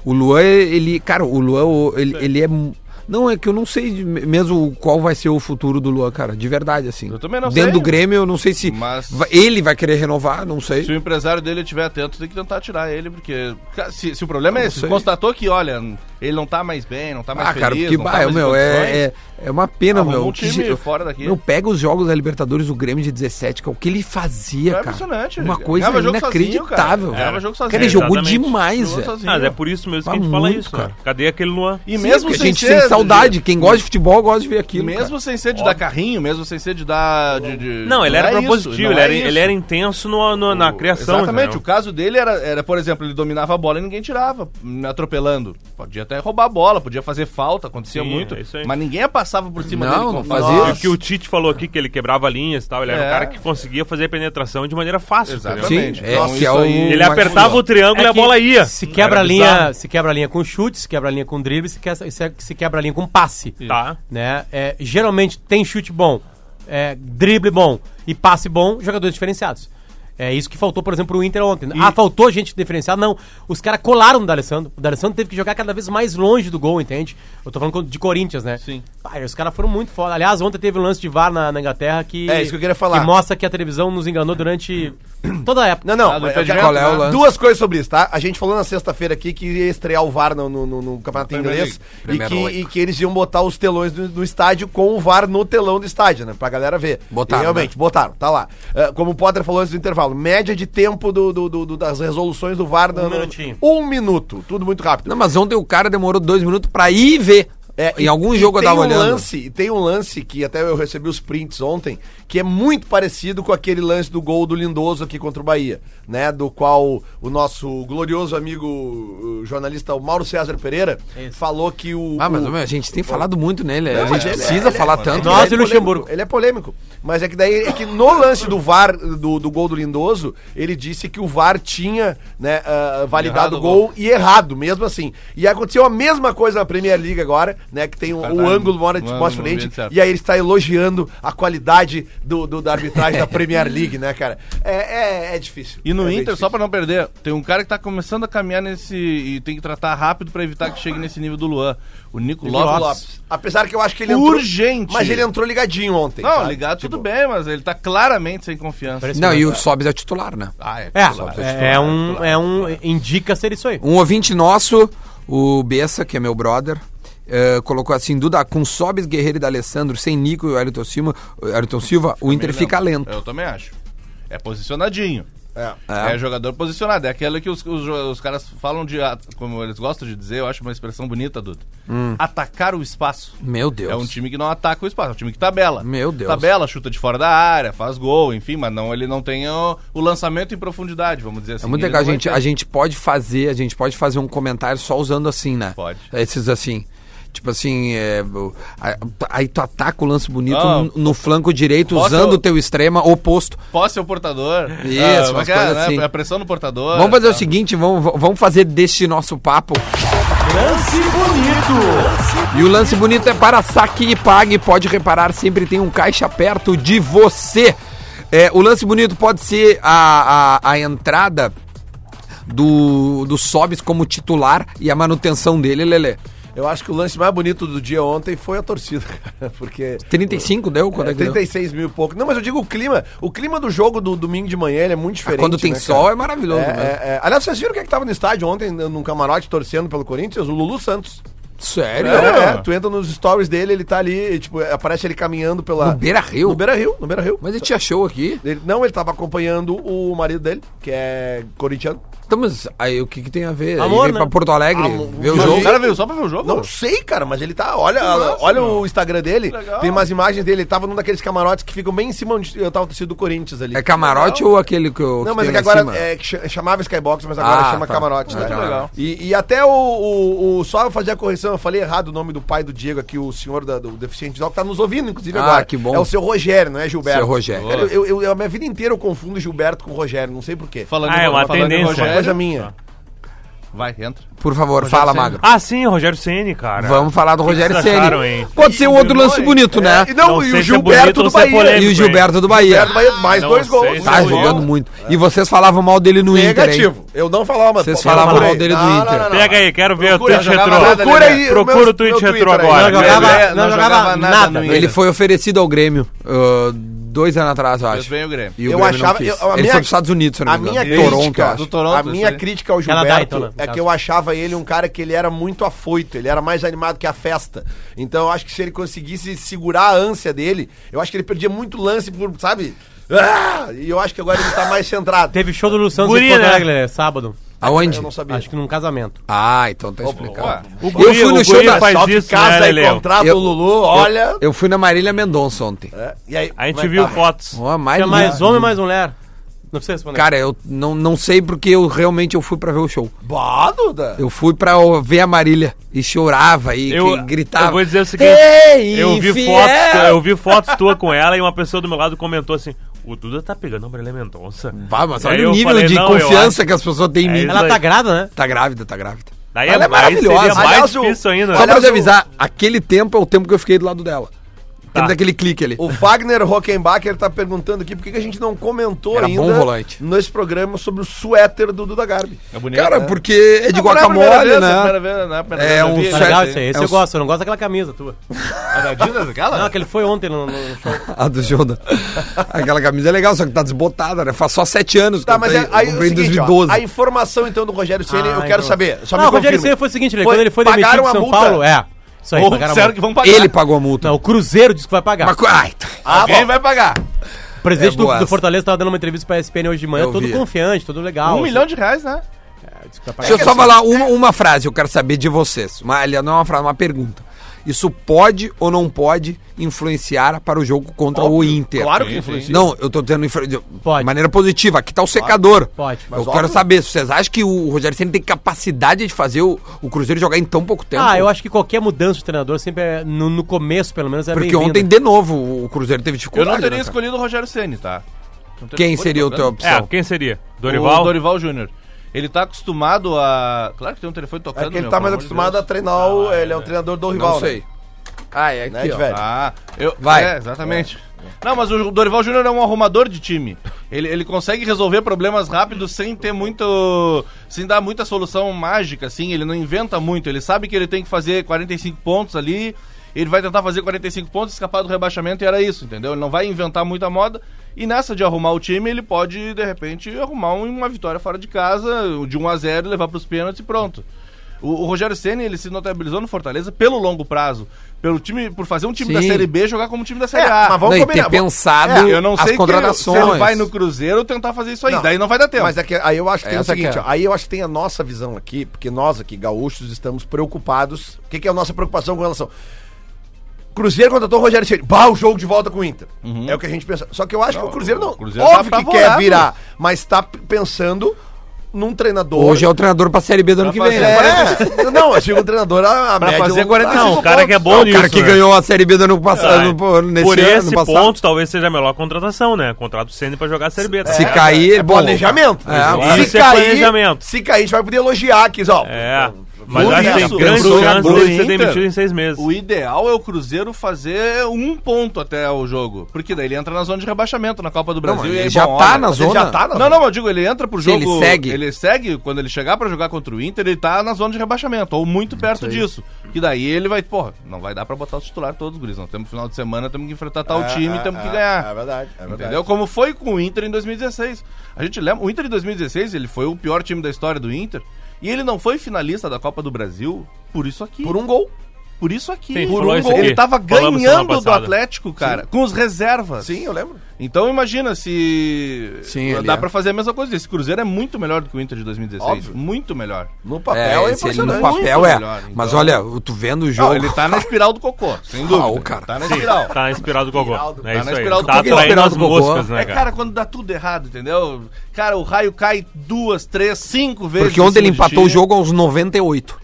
A: o Luan, ele. Cara, o Luan, o- ele, ele é. mu- Não, é que eu não sei de- mesmo qual vai ser o futuro do Luan, cara. De verdade, assim.
F: Eu também não
A: Dentro
F: sei.
A: do Grêmio, eu não sei se
F: Mas-
A: va- ele vai querer renovar, não sei.
F: Se o empresário dele estiver atento, tem que tentar tirar ele, porque ca- se, se o problema é esse,
A: sei.
F: constatou que, olha, ele não tá mais bem, não tá mais
A: Ah, cara,
F: feliz,
A: porque,
F: não tá
A: bah,
F: mais em
A: meu,
F: condições.
A: é, é, é uma pena,
F: Arrumou
A: meu.
F: um
A: que
F: time
A: ge-
F: fora daqui.
A: Meu, pega os jogos da Libertadores, o Grêmio de 17, cara. O que ele fazia,
F: É
A: cara.
F: impressionante.
A: Uma
F: Ele
A: coisa
F: ganhava jogo
A: inacreditável.
F: sozinho, cara. Ganhava
A: velho.
F: jogo
A: Cara,
F: sozinho.
A: ele jogou
E: Exatamente.
A: demais,
F: Jogou
A: velho.
F: sozinho.
E: Mas é por isso mesmo que
A: Tá
E: a gente fala
A: muito,
E: isso,
A: cara.
E: cara. Cadê aquele Luan?
F: né? E
A: Sim,
F: mesmo
A: porque a
F: sem
A: gente
F: ser
A: sente
F: de-
A: saudade. Quem gosta de futebol gosta de ver aquilo.
F: mesmo sem ser de dar carrinho, mesmo sem ser de dar. De, de-
E: Não, ele era
F: é isso,
E: propositivo,
F: não
E: ele,
F: é
E: era,
F: isso.
E: ele era intenso no- no- na
F: O-
E: criação.
F: Exatamente.
E: entendeu?
F: O caso dele era, era, por exemplo, ele dominava a bola e ninguém tirava, me atropelando. Podia até roubar a bola, podia fazer falta, acontecia
E: Sim,
F: muito.
E: é isso aí.
F: mas ninguém passava por cima
A: Não,
F: dele.
A: não
F: como
A: fazia.
F: nós.
E: E o que o Tite falou aqui, que ele quebrava linhas e tal, ele era
F: É.
E: um cara que conseguia fazer penetração de uma maneira fácil.
F: Exatamente.
E: entendeu?
A: Sim, é,
F: Então,
A: que
F: isso
A: é o...
F: aí-
E: Ele
A: mais-
E: apertava o triângulo e
B: É
E: a
B: que
E: bola ia.
B: Se quebra, a
E: Era
B: linha,
E: bizarro.
B: se quebra a linha com chute, se quebra a linha com drible, se, que- se- se quebra a linha com passe.
E: Tá.
B: Né? É, geralmente tem chute bom, é, drible bom e passe bom, jogadores diferenciados. É isso que faltou, por exemplo, o Inter ontem. Ah, faltou gente diferenciada? Não. Os caras colaram no D'Alessandro. O D'Alessandro teve que jogar cada vez mais longe do gol, entende? Eu tô falando de Corinthians, né?
F: Sim.
B: Pai, os caras foram muito foda. Aliás, ontem teve um lance de VAR na, na Inglaterra que...
D: É, isso que eu queria falar.
B: Que mostra que a televisão nos enganou durante toda a época.
D: Não, não,
F: Ah, do
D: mas eu
F: impedimento,
D: quero-
A: Qual é o lance?
D: duas coisas sobre isso, tá? A gente falou na sexta-feira aqui que ia estrear o VAR no, no- no- no campeonato
F: Premier
D: inglês e
A: League.
D: que,
A: Primeiro
D: e que eles iam botar os telões do, do estádio com o VAR no telão do estádio, né? Pra galera ver.
A: Botaram,
D: E realmente,
A: né?
D: botaram, tá lá. Ah, como o Potter falou antes do intervalo, média de tempo do- do- do- do- das resoluções do VAR. no- no-
B: minutinho.
D: Um minuto, tudo muito rápido.
A: Não, mas ontem o cara demorou dois minutos pra ir ver.
D: É,
A: em
D: e-
A: algum
D: e
A: jogo eu
D: tem
A: tava
D: um
A: olhando.
D: Lance, e tem um lance que até eu recebi os prints ontem, que é muito parecido com aquele lance do gol do Lindoso aqui contra o Bahia, né? Do qual o nosso glorioso amigo uh, jornalista o Mauro César Pereira falou que o.
A: Ah, mas
D: o-
A: meu, a gente tem falado muito nele. a
D: Não, mas
A: gente
D: ele é-
A: precisa
D: ele é-
A: falar
F: ele
A: tanto.
B: Nós
D: ele
B: e
D: é polêmico,
B: Luxemburgo.
D: Ele é polêmico. Mas é que daí é que no lance do VAR, do, do gol do Lindoso, ele disse que o VAR tinha né, ah, validado
F: Errado
D: o
F: o
D: gol e errado, mesmo assim. E aconteceu a mesma coisa na Premier League agora, né? Que tem o,
F: Tá,
D: o
F: tá,
D: ângulo mora de
F: um
D: mais
F: ângulo
D: frente.
F: bem certo.
D: E aí ele está elogiando a qualidade do, do- da arbitragem da Premier League, né, cara? É, é, é difícil.
F: E no
D: É bem
F: Inter,
D: difícil.
F: só pra não perder, tem um cara que tá começando a caminhar nesse. e tem que tratar rápido pra evitar que chegue nesse nível do Luan. O Nico Lopes.
D: Lopes. Apesar que eu acho que ele
F: Urgente.
D: Mas ele entrou ligadinho ontem.
F: Não,
D: sabe?
F: ligado,
D: Tipo,
F: tudo bem, mas ele tá claramente sem confiança.
A: Não, e o Sobs é titular, né?
F: Ah, é.
B: É,
F: claro.
B: é, um, é um. Indica ser isso aí.
A: Um ouvinte nosso, o Bessa, que é meu brother, eh, colocou assim: Duda, com Sobes, Guerreiro e D'Alessandro, sem Nico e o Ayrton Silva, o, Ayrton Silva, o Inter
F: Também
A: fica
F: não.
A: lento.
F: Eu também acho. É posicionadinho. É, jogador posicionado. É aquela que os, os jo- os caras falam de. at- Como eles gostam de dizer, eu acho uma expressão bonita, Duda. Atacar o espaço.
A: Hum. Meu Deus.
F: É um time que não ataca o espaço, é um time que tabela.
A: Meu Deus.
F: Tabela, chuta de fora da área, faz gol, enfim, mas não, ele não tem o, o lançamento em profundidade, vamos dizer assim.
A: É muito
F: Ele
A: legal, a
F: não vai
A: gente,
F: ter-
A: a gente pode fazer, a gente pode fazer um comentário só usando assim, né?
F: Pode.
A: Esses assim. Tipo assim, é, o- a- aí tu ataca o lance bonito
F: Ah,
A: no, no flanco direito,
F: posso-
A: usando o teu extrema oposto.
F: Posse ao portador.
A: Isso,
F: Ah,
A: umas
F: mas é,
A: coisas
F: né,
A: assim.
F: A pressão no portador.
A: Vamos fazer o
F: tá.
A: seguinte, vamos, vamos fazer deste nosso papo. Lance bonito! E o lance bonito é para saque e pague. Pode reparar, sempre tem um caixa perto de você. É, o lance bonito pode ser a, a, a entrada do, do Sobis como titular e a manutenção dele, Lelê.
D: Eu acho que o lance mais bonito do dia ontem foi a torcida, cara, porque...
A: 35 deu? Quando é,
D: É,
A: que deu?
D: 36 mil e pouco. Não, mas eu digo o clima. O clima do jogo do domingo de manhã ele é muito diferente.
A: Ah, quando tem
D: né,
A: sol
D: cara?
A: é maravilhoso,
D: É,
A: né?
D: é, é. Aliás, vocês viram quem é que tava no estádio ontem, num camarote, torcendo pelo Corinthians? O Lulu Santos.
A: Sério?
D: É, é, tu entra nos stories dele, ele tá ali, e, tipo, aparece ele caminhando pela.
A: No Beira-Rio?
D: No Beira Rio, no Beira Rio.
A: Mas ele te achou aqui?
D: Ele, não, ele tava acompanhando o marido dele, que é corintiano.
A: Então, mas aí o que, que tem a ver?
B: Amor,
A: ele veio
B: né?
A: pra Porto Alegre, ver o
F: Mas
A: jogo.
F: O cara veio só pra ver o jogo?
D: Não sei, cara, mas ele tá. Olha, olha o Instagram dele.
F: Legal.
D: Tem umas imagens dele. Ele tava num daqueles camarotes que ficam bem em cima onde eu tava torcido do Corinthians ali.
A: É camarote ou aquele que eu.
D: Não,
A: que
D: mas é
A: tem
D: que
A: lá em
D: agora
A: cima?
D: é, que cha- chamava Skybox, mas agora
A: Ah,
D: chama
A: tá.
D: Camarote.
A: Ah,
D: né?
A: tá. Legal.
D: E, e até o, o, o- Só eu fazer a correção, eu falei errado o nome do pai do Diego aqui, o senhor da- do deficiente visual, que tá nos ouvindo, inclusive,
A: Ah,
D: agora.
A: que bom.
D: É o seu Rogério, não é Gilberto?
A: Seu Rogério.
D: Cara, eu, eu- eu- a minha vida inteira eu confundo Gilberto com Rogério, não sei porquê.
F: Falando
E: Ah, é uma
F: falando em
E: tendência.
D: Uma
F: Rogério,
D: coisa minha.
F: vai, entra.
A: Por favor, fala, Magro.
E: Ah, sim, o Rogério Ceni, cara.
A: Vamos falar do
E: O que que
A: Rogério
E: vocês acharam,
A: Ceni.
E: hein?
A: Pode ser um outro lance bonito, né?
D: E não,
E: Não
D: e
E: sei
D: o
E: se é
D: Gilberto
E: bonito
D: do
E: ou se é
D: Bahia.
E: polêmico.
A: E o Gilberto do Bahia.
D: Gilberto do Bahia, mais
E: Não
D: dois
E: sei
D: gols.
E: se
A: Tá
E: é
D: Dois
A: jogando
D: gols.
A: muito. E vocês falavam mal dele no Inter.
D: Negativo. Eu não falava, mas.
A: Vocês
D: procura
A: falavam
D: aí.
A: mal dele do
D: Não, não,
A: Inter.
D: não, não.
E: Pega aí, quero ver o
D: Procura,
E: Twitch
D: jogava
E: retrô.
D: nada,
E: Procura,
D: Lelê.
E: aí, procura
D: Meu-
E: o Twitch
D: meu Twitter
E: retrô
D: aí.
E: agora.
B: Não jogava-
E: Lelê.
B: não jogava nada.
F: no
A: Ele
F: Inter.
A: foi oferecido ao Grêmio ah, dois anos atrás, eu
F: Depois
A: acho.
F: vem o Grêmio.
A: E o
D: Eu
A: Grêmio não
D: achava-
A: quis.
D: eu- a
A: ele
D: minha-
A: foi para os Estados Unidos, se não
D: A
A: me engano.
D: minha
A: Toronto, é. eu
D: crítica,
A: acho.
F: do Toronto,
D: a
F: isso
D: minha
F: aí.
D: crítica ao
B: Ela
D: Gilberto
B: dá, então, né, no
D: é
B: caso.
D: que eu achava ele um cara que ele era muito afoito, ele era mais animado que a festa. Então eu acho que se ele conseguisse segurar a ânsia dele, eu acho que ele perdia muito lance por, sabe? Ah! E eu acho que agora ele tá mais centrado.
B: Teve show do Lu Santos
E: Guri,
B: em Porto
E: né?
B: Alegre, né? sábado.
A: Aonde?
D: Eu não sabia.
B: Acho que num casamento.
A: Ah, então tá explicado.
E: O guri,
A: eu fui no
E: o
A: show
E: guri
A: da...
E: faz
D: Só de
E: isso,
D: casa
E: né,
D: aí,
E: Leleu?
D: contrata
A: Eu-
D: o Lulu, olha.
A: Eu fui na Marília Mendonça ontem.
D: É, e aí,
E: A gente
D: como é que
E: viu
D: tá?
E: fotos.
A: Ó, mais
B: Tinha É mais
A: linda.
E: um.
B: homem, mais mulher. Não precisa responder.
A: Cara, eu não, não sei porque eu realmente eu fui pra ver o show.
D: Bah, Duda.
A: Eu fui pra o- ver a Marília e chorava e
E: Eu-
A: que- gritava.
E: eu vou dizer o seguinte,
A: Ei,
E: Eu vi,
A: infiel!
E: fotos, eu vi fotos tua com ela e uma pessoa do meu lado comentou assim: O Duda tá pegando a Marília Mendonça.
A: Bah, mas
E: Aí
A: olha o
E: eu
A: nível
E: falei,
A: de
E: "Não, eu
A: confiança que as pessoas têm em
E: É
A: mim.
E: isso
B: Ela tá grávida, né?
A: Tá grávida, tá grávida.
E: Daí
A: Ela é
E: daí
A: maravilhosa.
E: Seria mais
D: Aliás, o-
E: difícil ainda. né?
A: Só pra
D: Aliás,
A: te
D: o-
A: avisar, aquele tempo é o tempo que eu fiquei do lado dela.
E: Tá.
A: Tem daquele clique ali.
D: O Wagner Rockenbacher tá perguntando aqui por que que a gente não comentou
A: Era bom
D: ainda
A: volante.
D: nesse programa sobre o suéter do Duda Garbi.
F: É bonito.
A: Cara, porque é de
F: Não é a primeira
A: guacamole,
F: vez, é a
A: né?
F: primeira vez, não é a primeira
A: É
F: vez, eu
A: um
F: vi,
B: Tá
A: certo,
B: legal
F: né?
B: isso aí. Esse
A: É
B: eu
A: um-
B: gosto, eu não gosto daquela camisa tua.
F: A da Adidas, aquela?
B: Não, aquele foi ontem no, no show.
A: A do Jonda. Aquela camisa é legal, só que tá desbotada, né? Faz só sete anos. que
D: Tá,
A: eu
D: mas
A: comprei-
D: é, aí,
A: eu
D: é o
A: comprei em
D: seguinte, ó,
A: 2012.
D: a informação então do Rogério Ceni,
B: Ah,
D: eu quero
B: então.
D: saber. Só
B: não,
D: me
B: o Rogério
D: confirme.
B: Ceni foi o seguinte, né?
D: Foi-
B: quando ele foi demitido
D: pagaram
B: de
D: a
B: São
D: multa?
B: Paulo, é. Isso aí,
F: Ou
B: pagaram a
F: disseram que
B: multa.
F: vão pagar.
A: Ele pagou a multa.
B: Não, o Cruzeiro disse que vai pagar.
A: Mas, ai, tá.
D: Ah,
F: Alguém
D: bom.
F: vai pagar.
B: O presidente
A: É
B: do,
A: boa
B: do
A: essa.
B: Fortaleza estava dando uma entrevista pra SPN hoje de manhã,
A: Eu
B: todo
A: vi.
B: confiante, todo legal. assim,
F: um milhão de reais, né?
A: Deixa eu só falar uma, uma frase, eu quero saber de vocês. Uma, aliás, não é uma frase, é uma pergunta. Isso pode ou não pode influenciar para o jogo contra o Inter?
D: Claro
F: Sim,
D: que
F: sim.
D: influencia.
A: Não, eu tô dizendo influ- de
B: Pode.
A: maneira positiva. Aqui tá o secador.
B: Pode.
A: eu quero saber, vocês acham que o Rogério Senna tem capacidade de fazer o, o Cruzeiro jogar em tão pouco tempo?
B: Ah, eu acho que qualquer mudança de treinador sempre é, no, no começo, pelo menos, é
A: Porque
B: bem-vinda.
A: ontem, de novo, o Cruzeiro teve
F: Eu
A: dificuldade.
F: não
A: né,
F: teria
A: cara?
F: escolhido o Rogério Ceni, tá? Não teria
A: Quem
F: escolhido,
A: seria o
F: tá
A: teu
F: vendo?
E: É,
A: opção?
E: quem seria?
F: O
E: Dorival?
F: Dorival Júnior. Ele tá acostumado a. Claro que tem um telefone tocando.
D: É que ele
F: meu,
D: tá
F: pelo
D: mais
F: amor de
D: acostumado
F: Deus.
D: a treinar, o, ele é um treinador do rival,
A: não
F: né?
A: sei. Ah, é
D: né,
A: aqui,
D: de
A: ó.
D: velho.
F: Ah, eu.
A: Vai.
F: É, exatamente. Não, mas o Dorival Júnior é um arrumador de time. Ele, ele consegue resolver problemas rápidos sem ter muito. sem dar muita solução mágica, assim. Ele não inventa muito. Ele sabe que ele tem que fazer 45 pontos ali. Ele vai tentar fazer 45 pontos, escapar do rebaixamento e era isso, entendeu? Ele não vai inventar muita moda. E nessa de arrumar o time, ele um pode, de repente, arrumar um- uma vitória fora de casa, de 1 a 0 levar pros pênaltis e pronto. O, o Rogério Ceni ele se notabilizou no Fortaleza pelo longo prazo, pelo time, por fazer um time da
A: Sim.
F: Série B jogar como time da
D: É,
F: Série A.
D: mas
A: Não,
D: vamos
A: e
D: combinar.
A: ter
D: vamos-
A: pensado
F: É, Eu não
A: as
F: sei
A: contratações.
F: que ele- se ele vai no Cruzeiro tentar fazer isso aí, daí não vai dar tempo.
D: Mas é que aí eu acho que tem o
A: Essa que
D: seguinte,
A: é.
D: ó, aí eu acho que tem a nossa visão aqui, porque nós aqui, gaúchos, estamos preocupados. O que, que é a nossa preocupação com relação? Cruzeiro contratou o Rogério Ceni. Bah, o jogo de volta com o Inter. É o que a gente pensa. Só que eu acho que o Cruzeiro não.
F: o Cruzeiro
D: óbvio
F: tá
D: que quer
F: apavorado.
D: virar, mas tá p- pensando num treinador.
A: Hoje é o treinador pra Série B do ano que vem.
F: fazer-
A: né?
D: é, não, eu digo um treinador a, um a
F: Pra
D: médio e
F: fazer
D: longo
F: 45
D: prazo.
E: Não, o cara que é bom
A: O cara
E: nisso,
A: que
E: né?
A: ganhou a Série B do ano
E: Ah,
A: passado, no- nesse
E: Por
A: ano
E: esse
A: passado.
E: ponto, talvez seja a melhor contratação, né? Contrato do Ceni pra jogar a Série B. tá?
A: Se cair,
D: É
A: bom.
D: planejamento.
A: É,
E: Isso é planejamento.
D: Se cair, a gente vai poder elogiar aqui, ó.
E: É, mas
F: Por
E: acho que
F: isso,
E: tem grande
F: pro
E: chance
F: jogador
E: de ser
F: Inter,
E: demitido em seis meses.
F: O ideal é o Cruzeiro fazer um ponto até o jogo. Porque daí ele entra na zona de rebaixamento na Copa do Brasil.
A: mas
F: e
A: ele
F: aí,
A: já
F: bom,
A: tá
F: olha,
A: na
F: ele
A: zona.
F: já tá na Não, não, eu digo, ele entra pro
A: Sim,
F: jogo.
A: ele segue.
F: Ele segue, quando ele chegar pra jogar contra o Inter, ele tá na zona de rebaixamento, ou muito perto disso. Que daí ele vai, porra, não vai dar pra botar os titulares todos, Gris. Não temos final de semana, temos que enfrentar tal time, temos que ganhar.
D: É verdade, é verdade.
F: Entendeu? Como foi com o Inter em 2016. A gente lembra, o Inter em 2016, ele foi o pior time da história do Inter, e ele não foi finalista da Copa do Brasil por isso aqui. Por,
D: Por um gol.
F: isso aqui.
E: Sim,
F: por
E: falou
F: um
E: isso
F: gol.
E: aqui.
F: Ele tava
E: Falamos semana
F: ganhando do
E: passada.
F: Atlético, cara, com os reservas.
D: Sim, eu lembro.
F: Então imagina se
A: Sim, ele
F: dá
A: é.
F: pra fazer a mesma coisa. Esse Cruzeiro é muito melhor do que o Inter de 2016,
D: Óbvio.
F: muito melhor.
D: No
A: É,
D: papel é,
A: esse ele no
D: impressionante.
A: papel
F: Muito
A: é.
F: melhor,
A: Mas
F: então.
A: olha, o- tu vendo o
F: Não,
A: jogo.
F: ele tá na espiral do cocô, sem dúvida.
A: Uau,
F: Ele
A: cara.
F: Tá na espiral.
E: Tá inspirado com o Gogô.
D: Inspirado.
E: É
F: Tá
E: isso
F: na
E: aí.
F: espiral do
E: Tá
F: Gogô.
E: atraindo
A: Inspirado
E: as
A: do Gogô.
E: moscas,
F: É,
E: né, cara?
F: cara, quando dá tudo errado, entendeu? Cara, o raio cai duas, três, cinco vezes.
A: Porque
F: em
A: ontem ele
F: cima de
A: empatou o
F: ti.
A: jogo aos 98.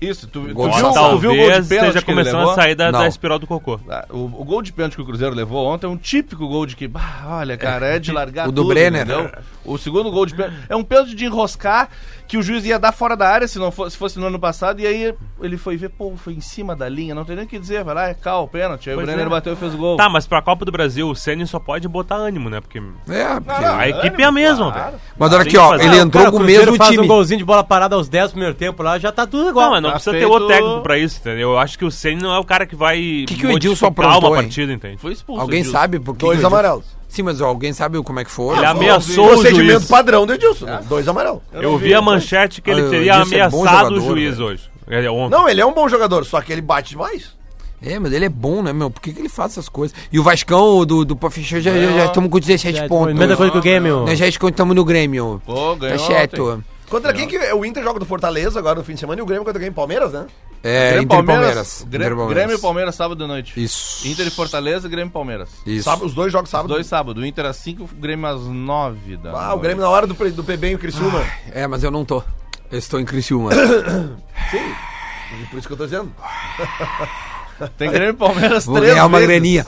F: Isso, tu, tu
A: Gol
F: viu,
A: de
E: Ó,
A: Sassá.
F: tu viu o gol de
E: Talvez
F: pênalti
E: esteja
F: que ele
E: começando
F: levou?
E: a sair da,
A: Não.
E: da espiral do Cocô.
F: Ah, O, o gol de pênalti que o Cruzeiro levou ontem é um típico gol de que, bah, olha, cara, é de largar
A: O do Brenner.
F: entendeu? O segundo gol de pênalti é um pênalti de enroscar que o juiz ia dar fora da área se não fosse, se fosse no ano passado e aí ele foi ver, pô, foi em cima da linha, não tem nem o que dizer, vai lá, é cal, pênalti. Aí
E: Pois
F: o Brenner
E: é.
F: bateu e fez o gol.
E: Tá, mas pra Copa do Brasil, o Ceni só pode botar ânimo, né? Porque
A: É, porque...
E: a equipe é a mesma, velho.
A: Mas olha
E: Tem
A: aqui,
E: que
A: ó,
E: fazer.
A: ele
E: Não,
A: entrou
B: Cara, o
A: com o
B: Cruzeiro
A: mesmo
B: faz
A: time.
B: um golzinho de bola parada aos 10 do primeiro tempo lá, já tá tudo igual.
E: Não, mas não
F: Tá
E: precisa ter
F: feito-
E: o técnico pra isso, entendeu? Eu acho que o Ceni não é o cara que vai
A: que que o Edilson
E: modificar
A: aprontou,
E: uma
A: hein?
E: partida, entende?
F: Foi expulso.
A: Alguém
F: Edilson.
A: sabe por que
D: Dois
A: que o Edilson-
D: amarelos.
A: Sim, mas alguém sabe como é que foi?
E: Ele
A: Ah,
E: ameaçou o
D: Procedimento
E: juiz.
D: padrão do Edilson. Dois amarelos.
E: Eu vi a manchete que
A: Ah,
E: ele
A: o
E: teria
A: Edilson é bom
E: ameaçado o
A: jogador,
E: juiz
A: velho.
E: hoje. É, ontem.
D: Não, ele é um bom jogador, só que ele bate demais.
A: É, mas ele é bom, né, meu? Por que, que ele faz essas coisas? E o Vascão o do, do Pofechão já, já, já estamos com 17
B: É,
A: pontos.
B: mesma coisa que o game, ó.
A: Nós já estamos no Grêmio.
F: Pô,
A: Tá
F: ganhou ontem.
A: certo.
D: Contra quem que o Inter joga do Fortaleza agora no fim de semana e o Grêmio contra quem? Palmeiras, né?
A: É, Inter e Palmeiras.
F: Grê-
A: Inter e Palmeiras.
F: Grêmio e Palmeiras, sábado à noite.
A: Isso.
F: Inter e Fortaleza, Grêmio e Palmeiras.
A: Isso.
D: Sábado, os dois jogos
F: Os
D: sábado.
F: Dois sábado. O Inter às 5, o Grêmio às 9 da
D: Ah,
F: noite.
D: o Grêmio na hora do, pre- do PB e o Criciúma.
A: É, mas eu não tô. Eu estou em Criciúma.
D: Por isso que eu tô dizendo.
F: Tem Grêmio e Palmeiras
A: Vou
F: 3
A: ganhar uma graninha.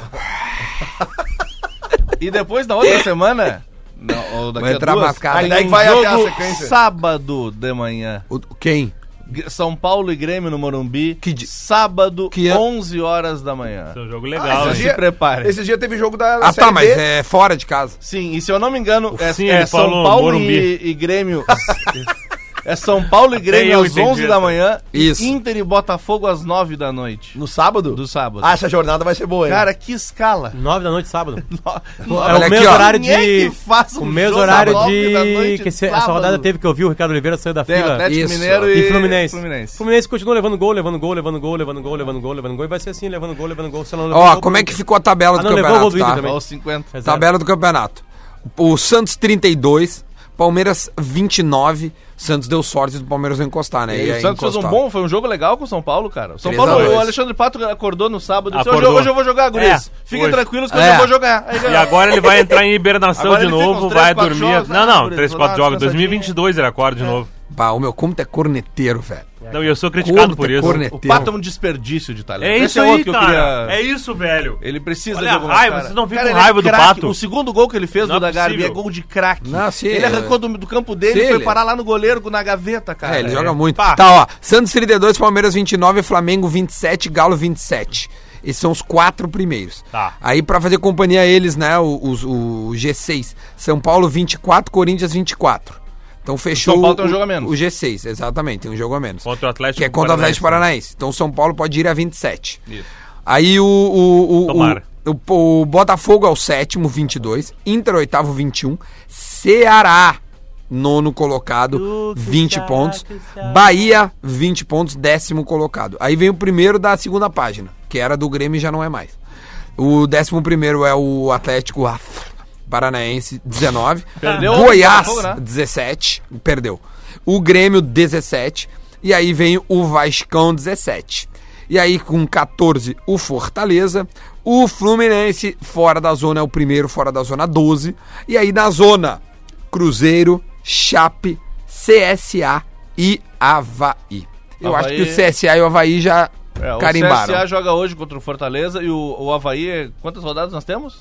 F: E depois da outra semana... Não, ou daqui
A: Vai
F: a
A: entrar
F: duas,
A: mascado.
F: tem
D: Aí daí
F: um
D: vai até a
F: jogo
D: sequência.
F: sábado de manhã.
A: O- Quem?
F: G- São Paulo e Grêmio no Morumbi.
A: Que di-
F: Sábado,
A: que é-
F: 11 horas da manhã.
E: É um jogo legal,
D: esse
E: hein?
D: dia-
F: Se prepare.
D: Esse dia teve jogo da, da
A: Ah, tá,
D: Série
A: mas
D: B.
A: é fora de casa.
F: Sim, e se eu não me engano, é,
E: Sim,
F: é
E: ele
F: São
E: falou
F: Paulo
E: Morumbi.
F: e, e Grêmio. é São Paulo e Grêmio
E: eu
F: às
E: entendi
F: 11
E: essa.
F: da manhã. e
A: Isso.
F: Inter e Botafogo às 9 da noite.
D: No sábado?
F: Do sábado.
D: Ah, essa jornada vai ser boa, hein?
F: Cara, que escala.
B: 9 da noite, sábado. É
A: Olha
B: o
A: aqui,
B: mesmo
A: ó.
B: horário de.
F: Quem é que faz um
B: o mesmo
F: jogo
B: horário
F: às nove da
B: de.
F: noite,
B: Que esse- essa
F: sábado?
B: rodada teve que eu vi o Ricardo Oliveira saiu da
F: Tem
B: fila.
F: Atlético
A: Isso.
F: Mineiro
B: E
F: e
B: Fluminense.
F: Fluminense.
B: Fluminense continua levando gol, levando gol, levando gol, levando gol, levando gol, levando gol. E vai ser assim, levando gol, levando gol. Se Ah, não levou
A: Ó,
B: gol,
A: como é que ficou a tabela
B: Ah,
A: do
B: não, levou o
A: campeonato,
B: gol do
A: tá?
B: Inter também.
F: Ó, os 50.
B: Exato.
A: Tabela do campeonato. O Santos 32, Palmeiras 29. Santos deu sorte do Palmeiras não encostar, né?
F: E
A: Ia
F: o Santos fez um
A: encostar.
F: bom, foi um jogo legal com o São Paulo, cara. O São
A: Três
F: Paulo,
A: a dois.
F: o Alexandre Pato acordou no sábado e disse: hoje,
E: Acordou.
F: eu- hoje eu vou jogar, Guris.
E: É,
F: Fiquem
E: hoje.
F: tranquilos que hoje
A: É.
F: eu vou jogar. Aí,
E: E
F: galera,
E: agora ele vai entrar em hibernação
F: Agora
E: de
F: ele fica
E: novo,
F: uns três,
E: vai
F: quatro
E: dormir.
F: jogos,
E: não,
F: ah,
E: não,
F: por
E: 3,
F: isso,
E: 4
F: vou dar uma
E: jogos. 2022 ele acorda de novo.
A: Bah, o meu, como tu é corneteiro, velho.
E: Não, e eu sou criticado
A: tu
E: por
A: é
E: isso.
A: corneteiro.
F: o Pato é um desperdício de talento.
E: É
F: Esse
E: isso
F: outro
E: aí,
F: que eu
E: cara.
F: queria-
E: É isso, velho.
F: Ele precisa
E: Olha
F: de
E: a
F: alguma
E: raiva,
F: cara.
E: vocês não ficam
F: Cara,
E: com
F: ele é
E: raiva do
F: craque.
E: Pato?
F: O segundo gol que ele fez
E: Não
F: do da
E: é
F: Garbi é
E: possível.
F: gol de craque.
A: Não, sim,
F: ele
A: é.
F: arrancou do, do campo dele
A: Sim,
F: e foi
A: ele-
F: parar lá no goleiro, na gaveta, cara.
A: É, ele
F: É.
A: joga muito.
E: Pá.
A: Tá, ó. Santos 32, Palmeiras 29, Flamengo 27, Galo 27. Esses são os quatro primeiros.
E: Tá.
A: Aí, pra fazer companhia a eles, né, o, os- o G6. São Paulo 24, Corinthians 24. Então fechou
F: São Paulo tem um
A: o-
F: jogo a menos.
A: o G6, exatamente, tem um jogo a menos.
E: Contra o Atlético
A: Que é contra o
E: Paranaense.
A: Atlético Paranaense. Então São Paulo pode ir a 27.
F: Isso.
A: Aí o, o, o,
E: Tomara.
A: o, o- o Botafogo é o sétimo, 22. Inter, oitavo, 21. Ceará, nono colocado,
E: Tu Uh, que
A: 20
E: sabe,
A: pontos.
E: tu sabe.
A: Bahia, 20 pontos, décimo colocado. Aí vem o primeiro da segunda página, que era do Grêmio e já não é mais. O décimo primeiro é o Atlético Paranaense, 19.
F: Perdeu
A: Goiás,
F: o Botafogo, né?
A: 17. Perdeu. O Grêmio, 17. E aí vem o Vascão, 17. E aí, com 14, o Fortaleza. O Fluminense, fora da zona, é o primeiro, fora da zona, 12. E aí, na zona, Cruzeiro, Chape, CSA e Havaí. Eu acho
F: Havaí-
A: que o CSA e o Havaí já
F: É,
A: carimbaram.
F: O CSA joga hoje contra o Fortaleza e o, o Havaí, quantas rodadas nós temos?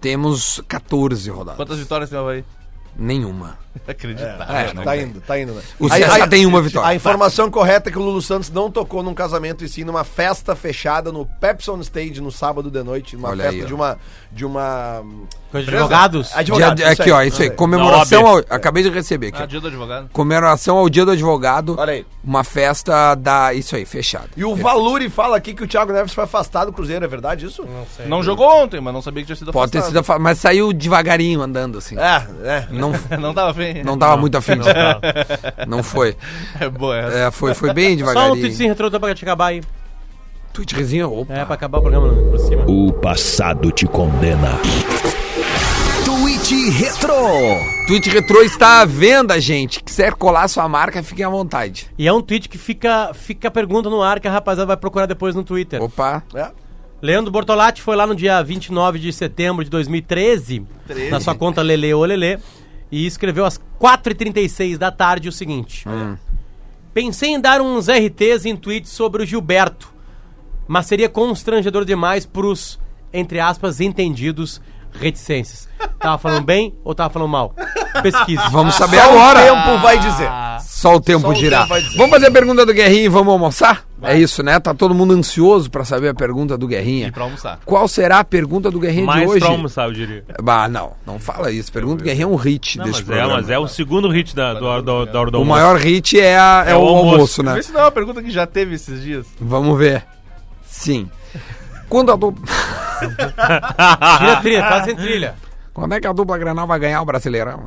A: Temos 14 rodadas.
F: Quantas vitórias tem o Havaí?
A: Nenhuma.
F: Acreditar.
A: É, não
D: Tá
A: tem.
D: indo, tá indo. Né?
A: O CSA tem uma vitória.
D: A informação correta é que o Lulu Santos não tocou num casamento e sim numa festa fechada no Pepson Stage no sábado de noite, uma
A: Olha
D: festa
A: aí, ó.
D: de uma de uma
B: Coisa de advogados.
D: advogado,
A: Dia- aqui, ó, isso aí. Comemoração
E: Da
A: ao, Acabei de receber aqui.
F: Ah,
A: ó.
F: dia do advogado.
A: Comemoração ao Dia do Advogado.
D: Olha aí.
A: Uma festa da. Isso aí, fechado.
D: E o Valuri fala aqui que o Thiago Neves foi afastado do Cruzeiro, é verdade isso?
F: Não jogou ontem, mas não sabia que tinha sido
A: Pode ter sido. afa- Mas saiu devagarinho andando, assim.
D: É, é.
A: Não,
F: Não tava bem.
A: não tava muito afim. de-
E: Tá.
A: Não foi.
F: É boa essa.
A: É, foi, foi bem
B: Só um
A: devagarinho.
B: tweetzinho retrodutor pra te acabar aí.
A: Twitchzinho, opa.
B: É, pra acabar o programa não, por cima.
F: Uh.
H: O passado te condena. Twitch Retro.
A: Twitch Retro está à venda, gente. Quiser colar sua marca, fiquem à vontade.
B: E é um tweet que fica, fica a pergunta no ar que a rapaziada vai procurar depois no Twitter.
A: Opa.
D: É.
B: Leandro Bortolatti foi lá no dia 29 de setembro de 2013, na sua conta Lele ou Lele, e escreveu às 4h36 da tarde o seguinte: Pensei em dar uns RTs em tweets sobre o Gilberto, mas seria constrangedor demais pros, entre aspas, entendidos reticências. Tava falando bem ou tava falando mal? Pesquisa.
A: Vamos saber agora.
D: Agora. Ah, O tempo vai dizer.
A: Só o tempo
D: Só o
A: dirá.
D: tempo vai dizer.
A: vamos fazer a pergunta do Guerrinho e vamos almoçar? É isso, né? Tá todo mundo ansioso pra saber a pergunta do Guerrinha.
F: E pra almoçar.
A: Qual será a pergunta do Guerrinha de
E: Mais
A: hoje?
E: pra almoçar, eu diria.
A: Bah, não, não fala isso. Pergunta do Guerrinha é um hit
E: Não,
A: desse
E: mas, é,
A: programa.
E: mas é o segundo hit da, do, do, da hora do
A: O
E: almoço.
A: maior hit é, a- é
E: É
A: o
E: o
A: almoço,
E: almoço.
A: né?
F: Vê se não é uma pergunta que já teve esses dias.
A: Vamos ver. Sim. Quando a dupla...
B: Tira trilha, fazem trilha.
A: Quando é que a dupla Granal vai ganhar o Brasileirão?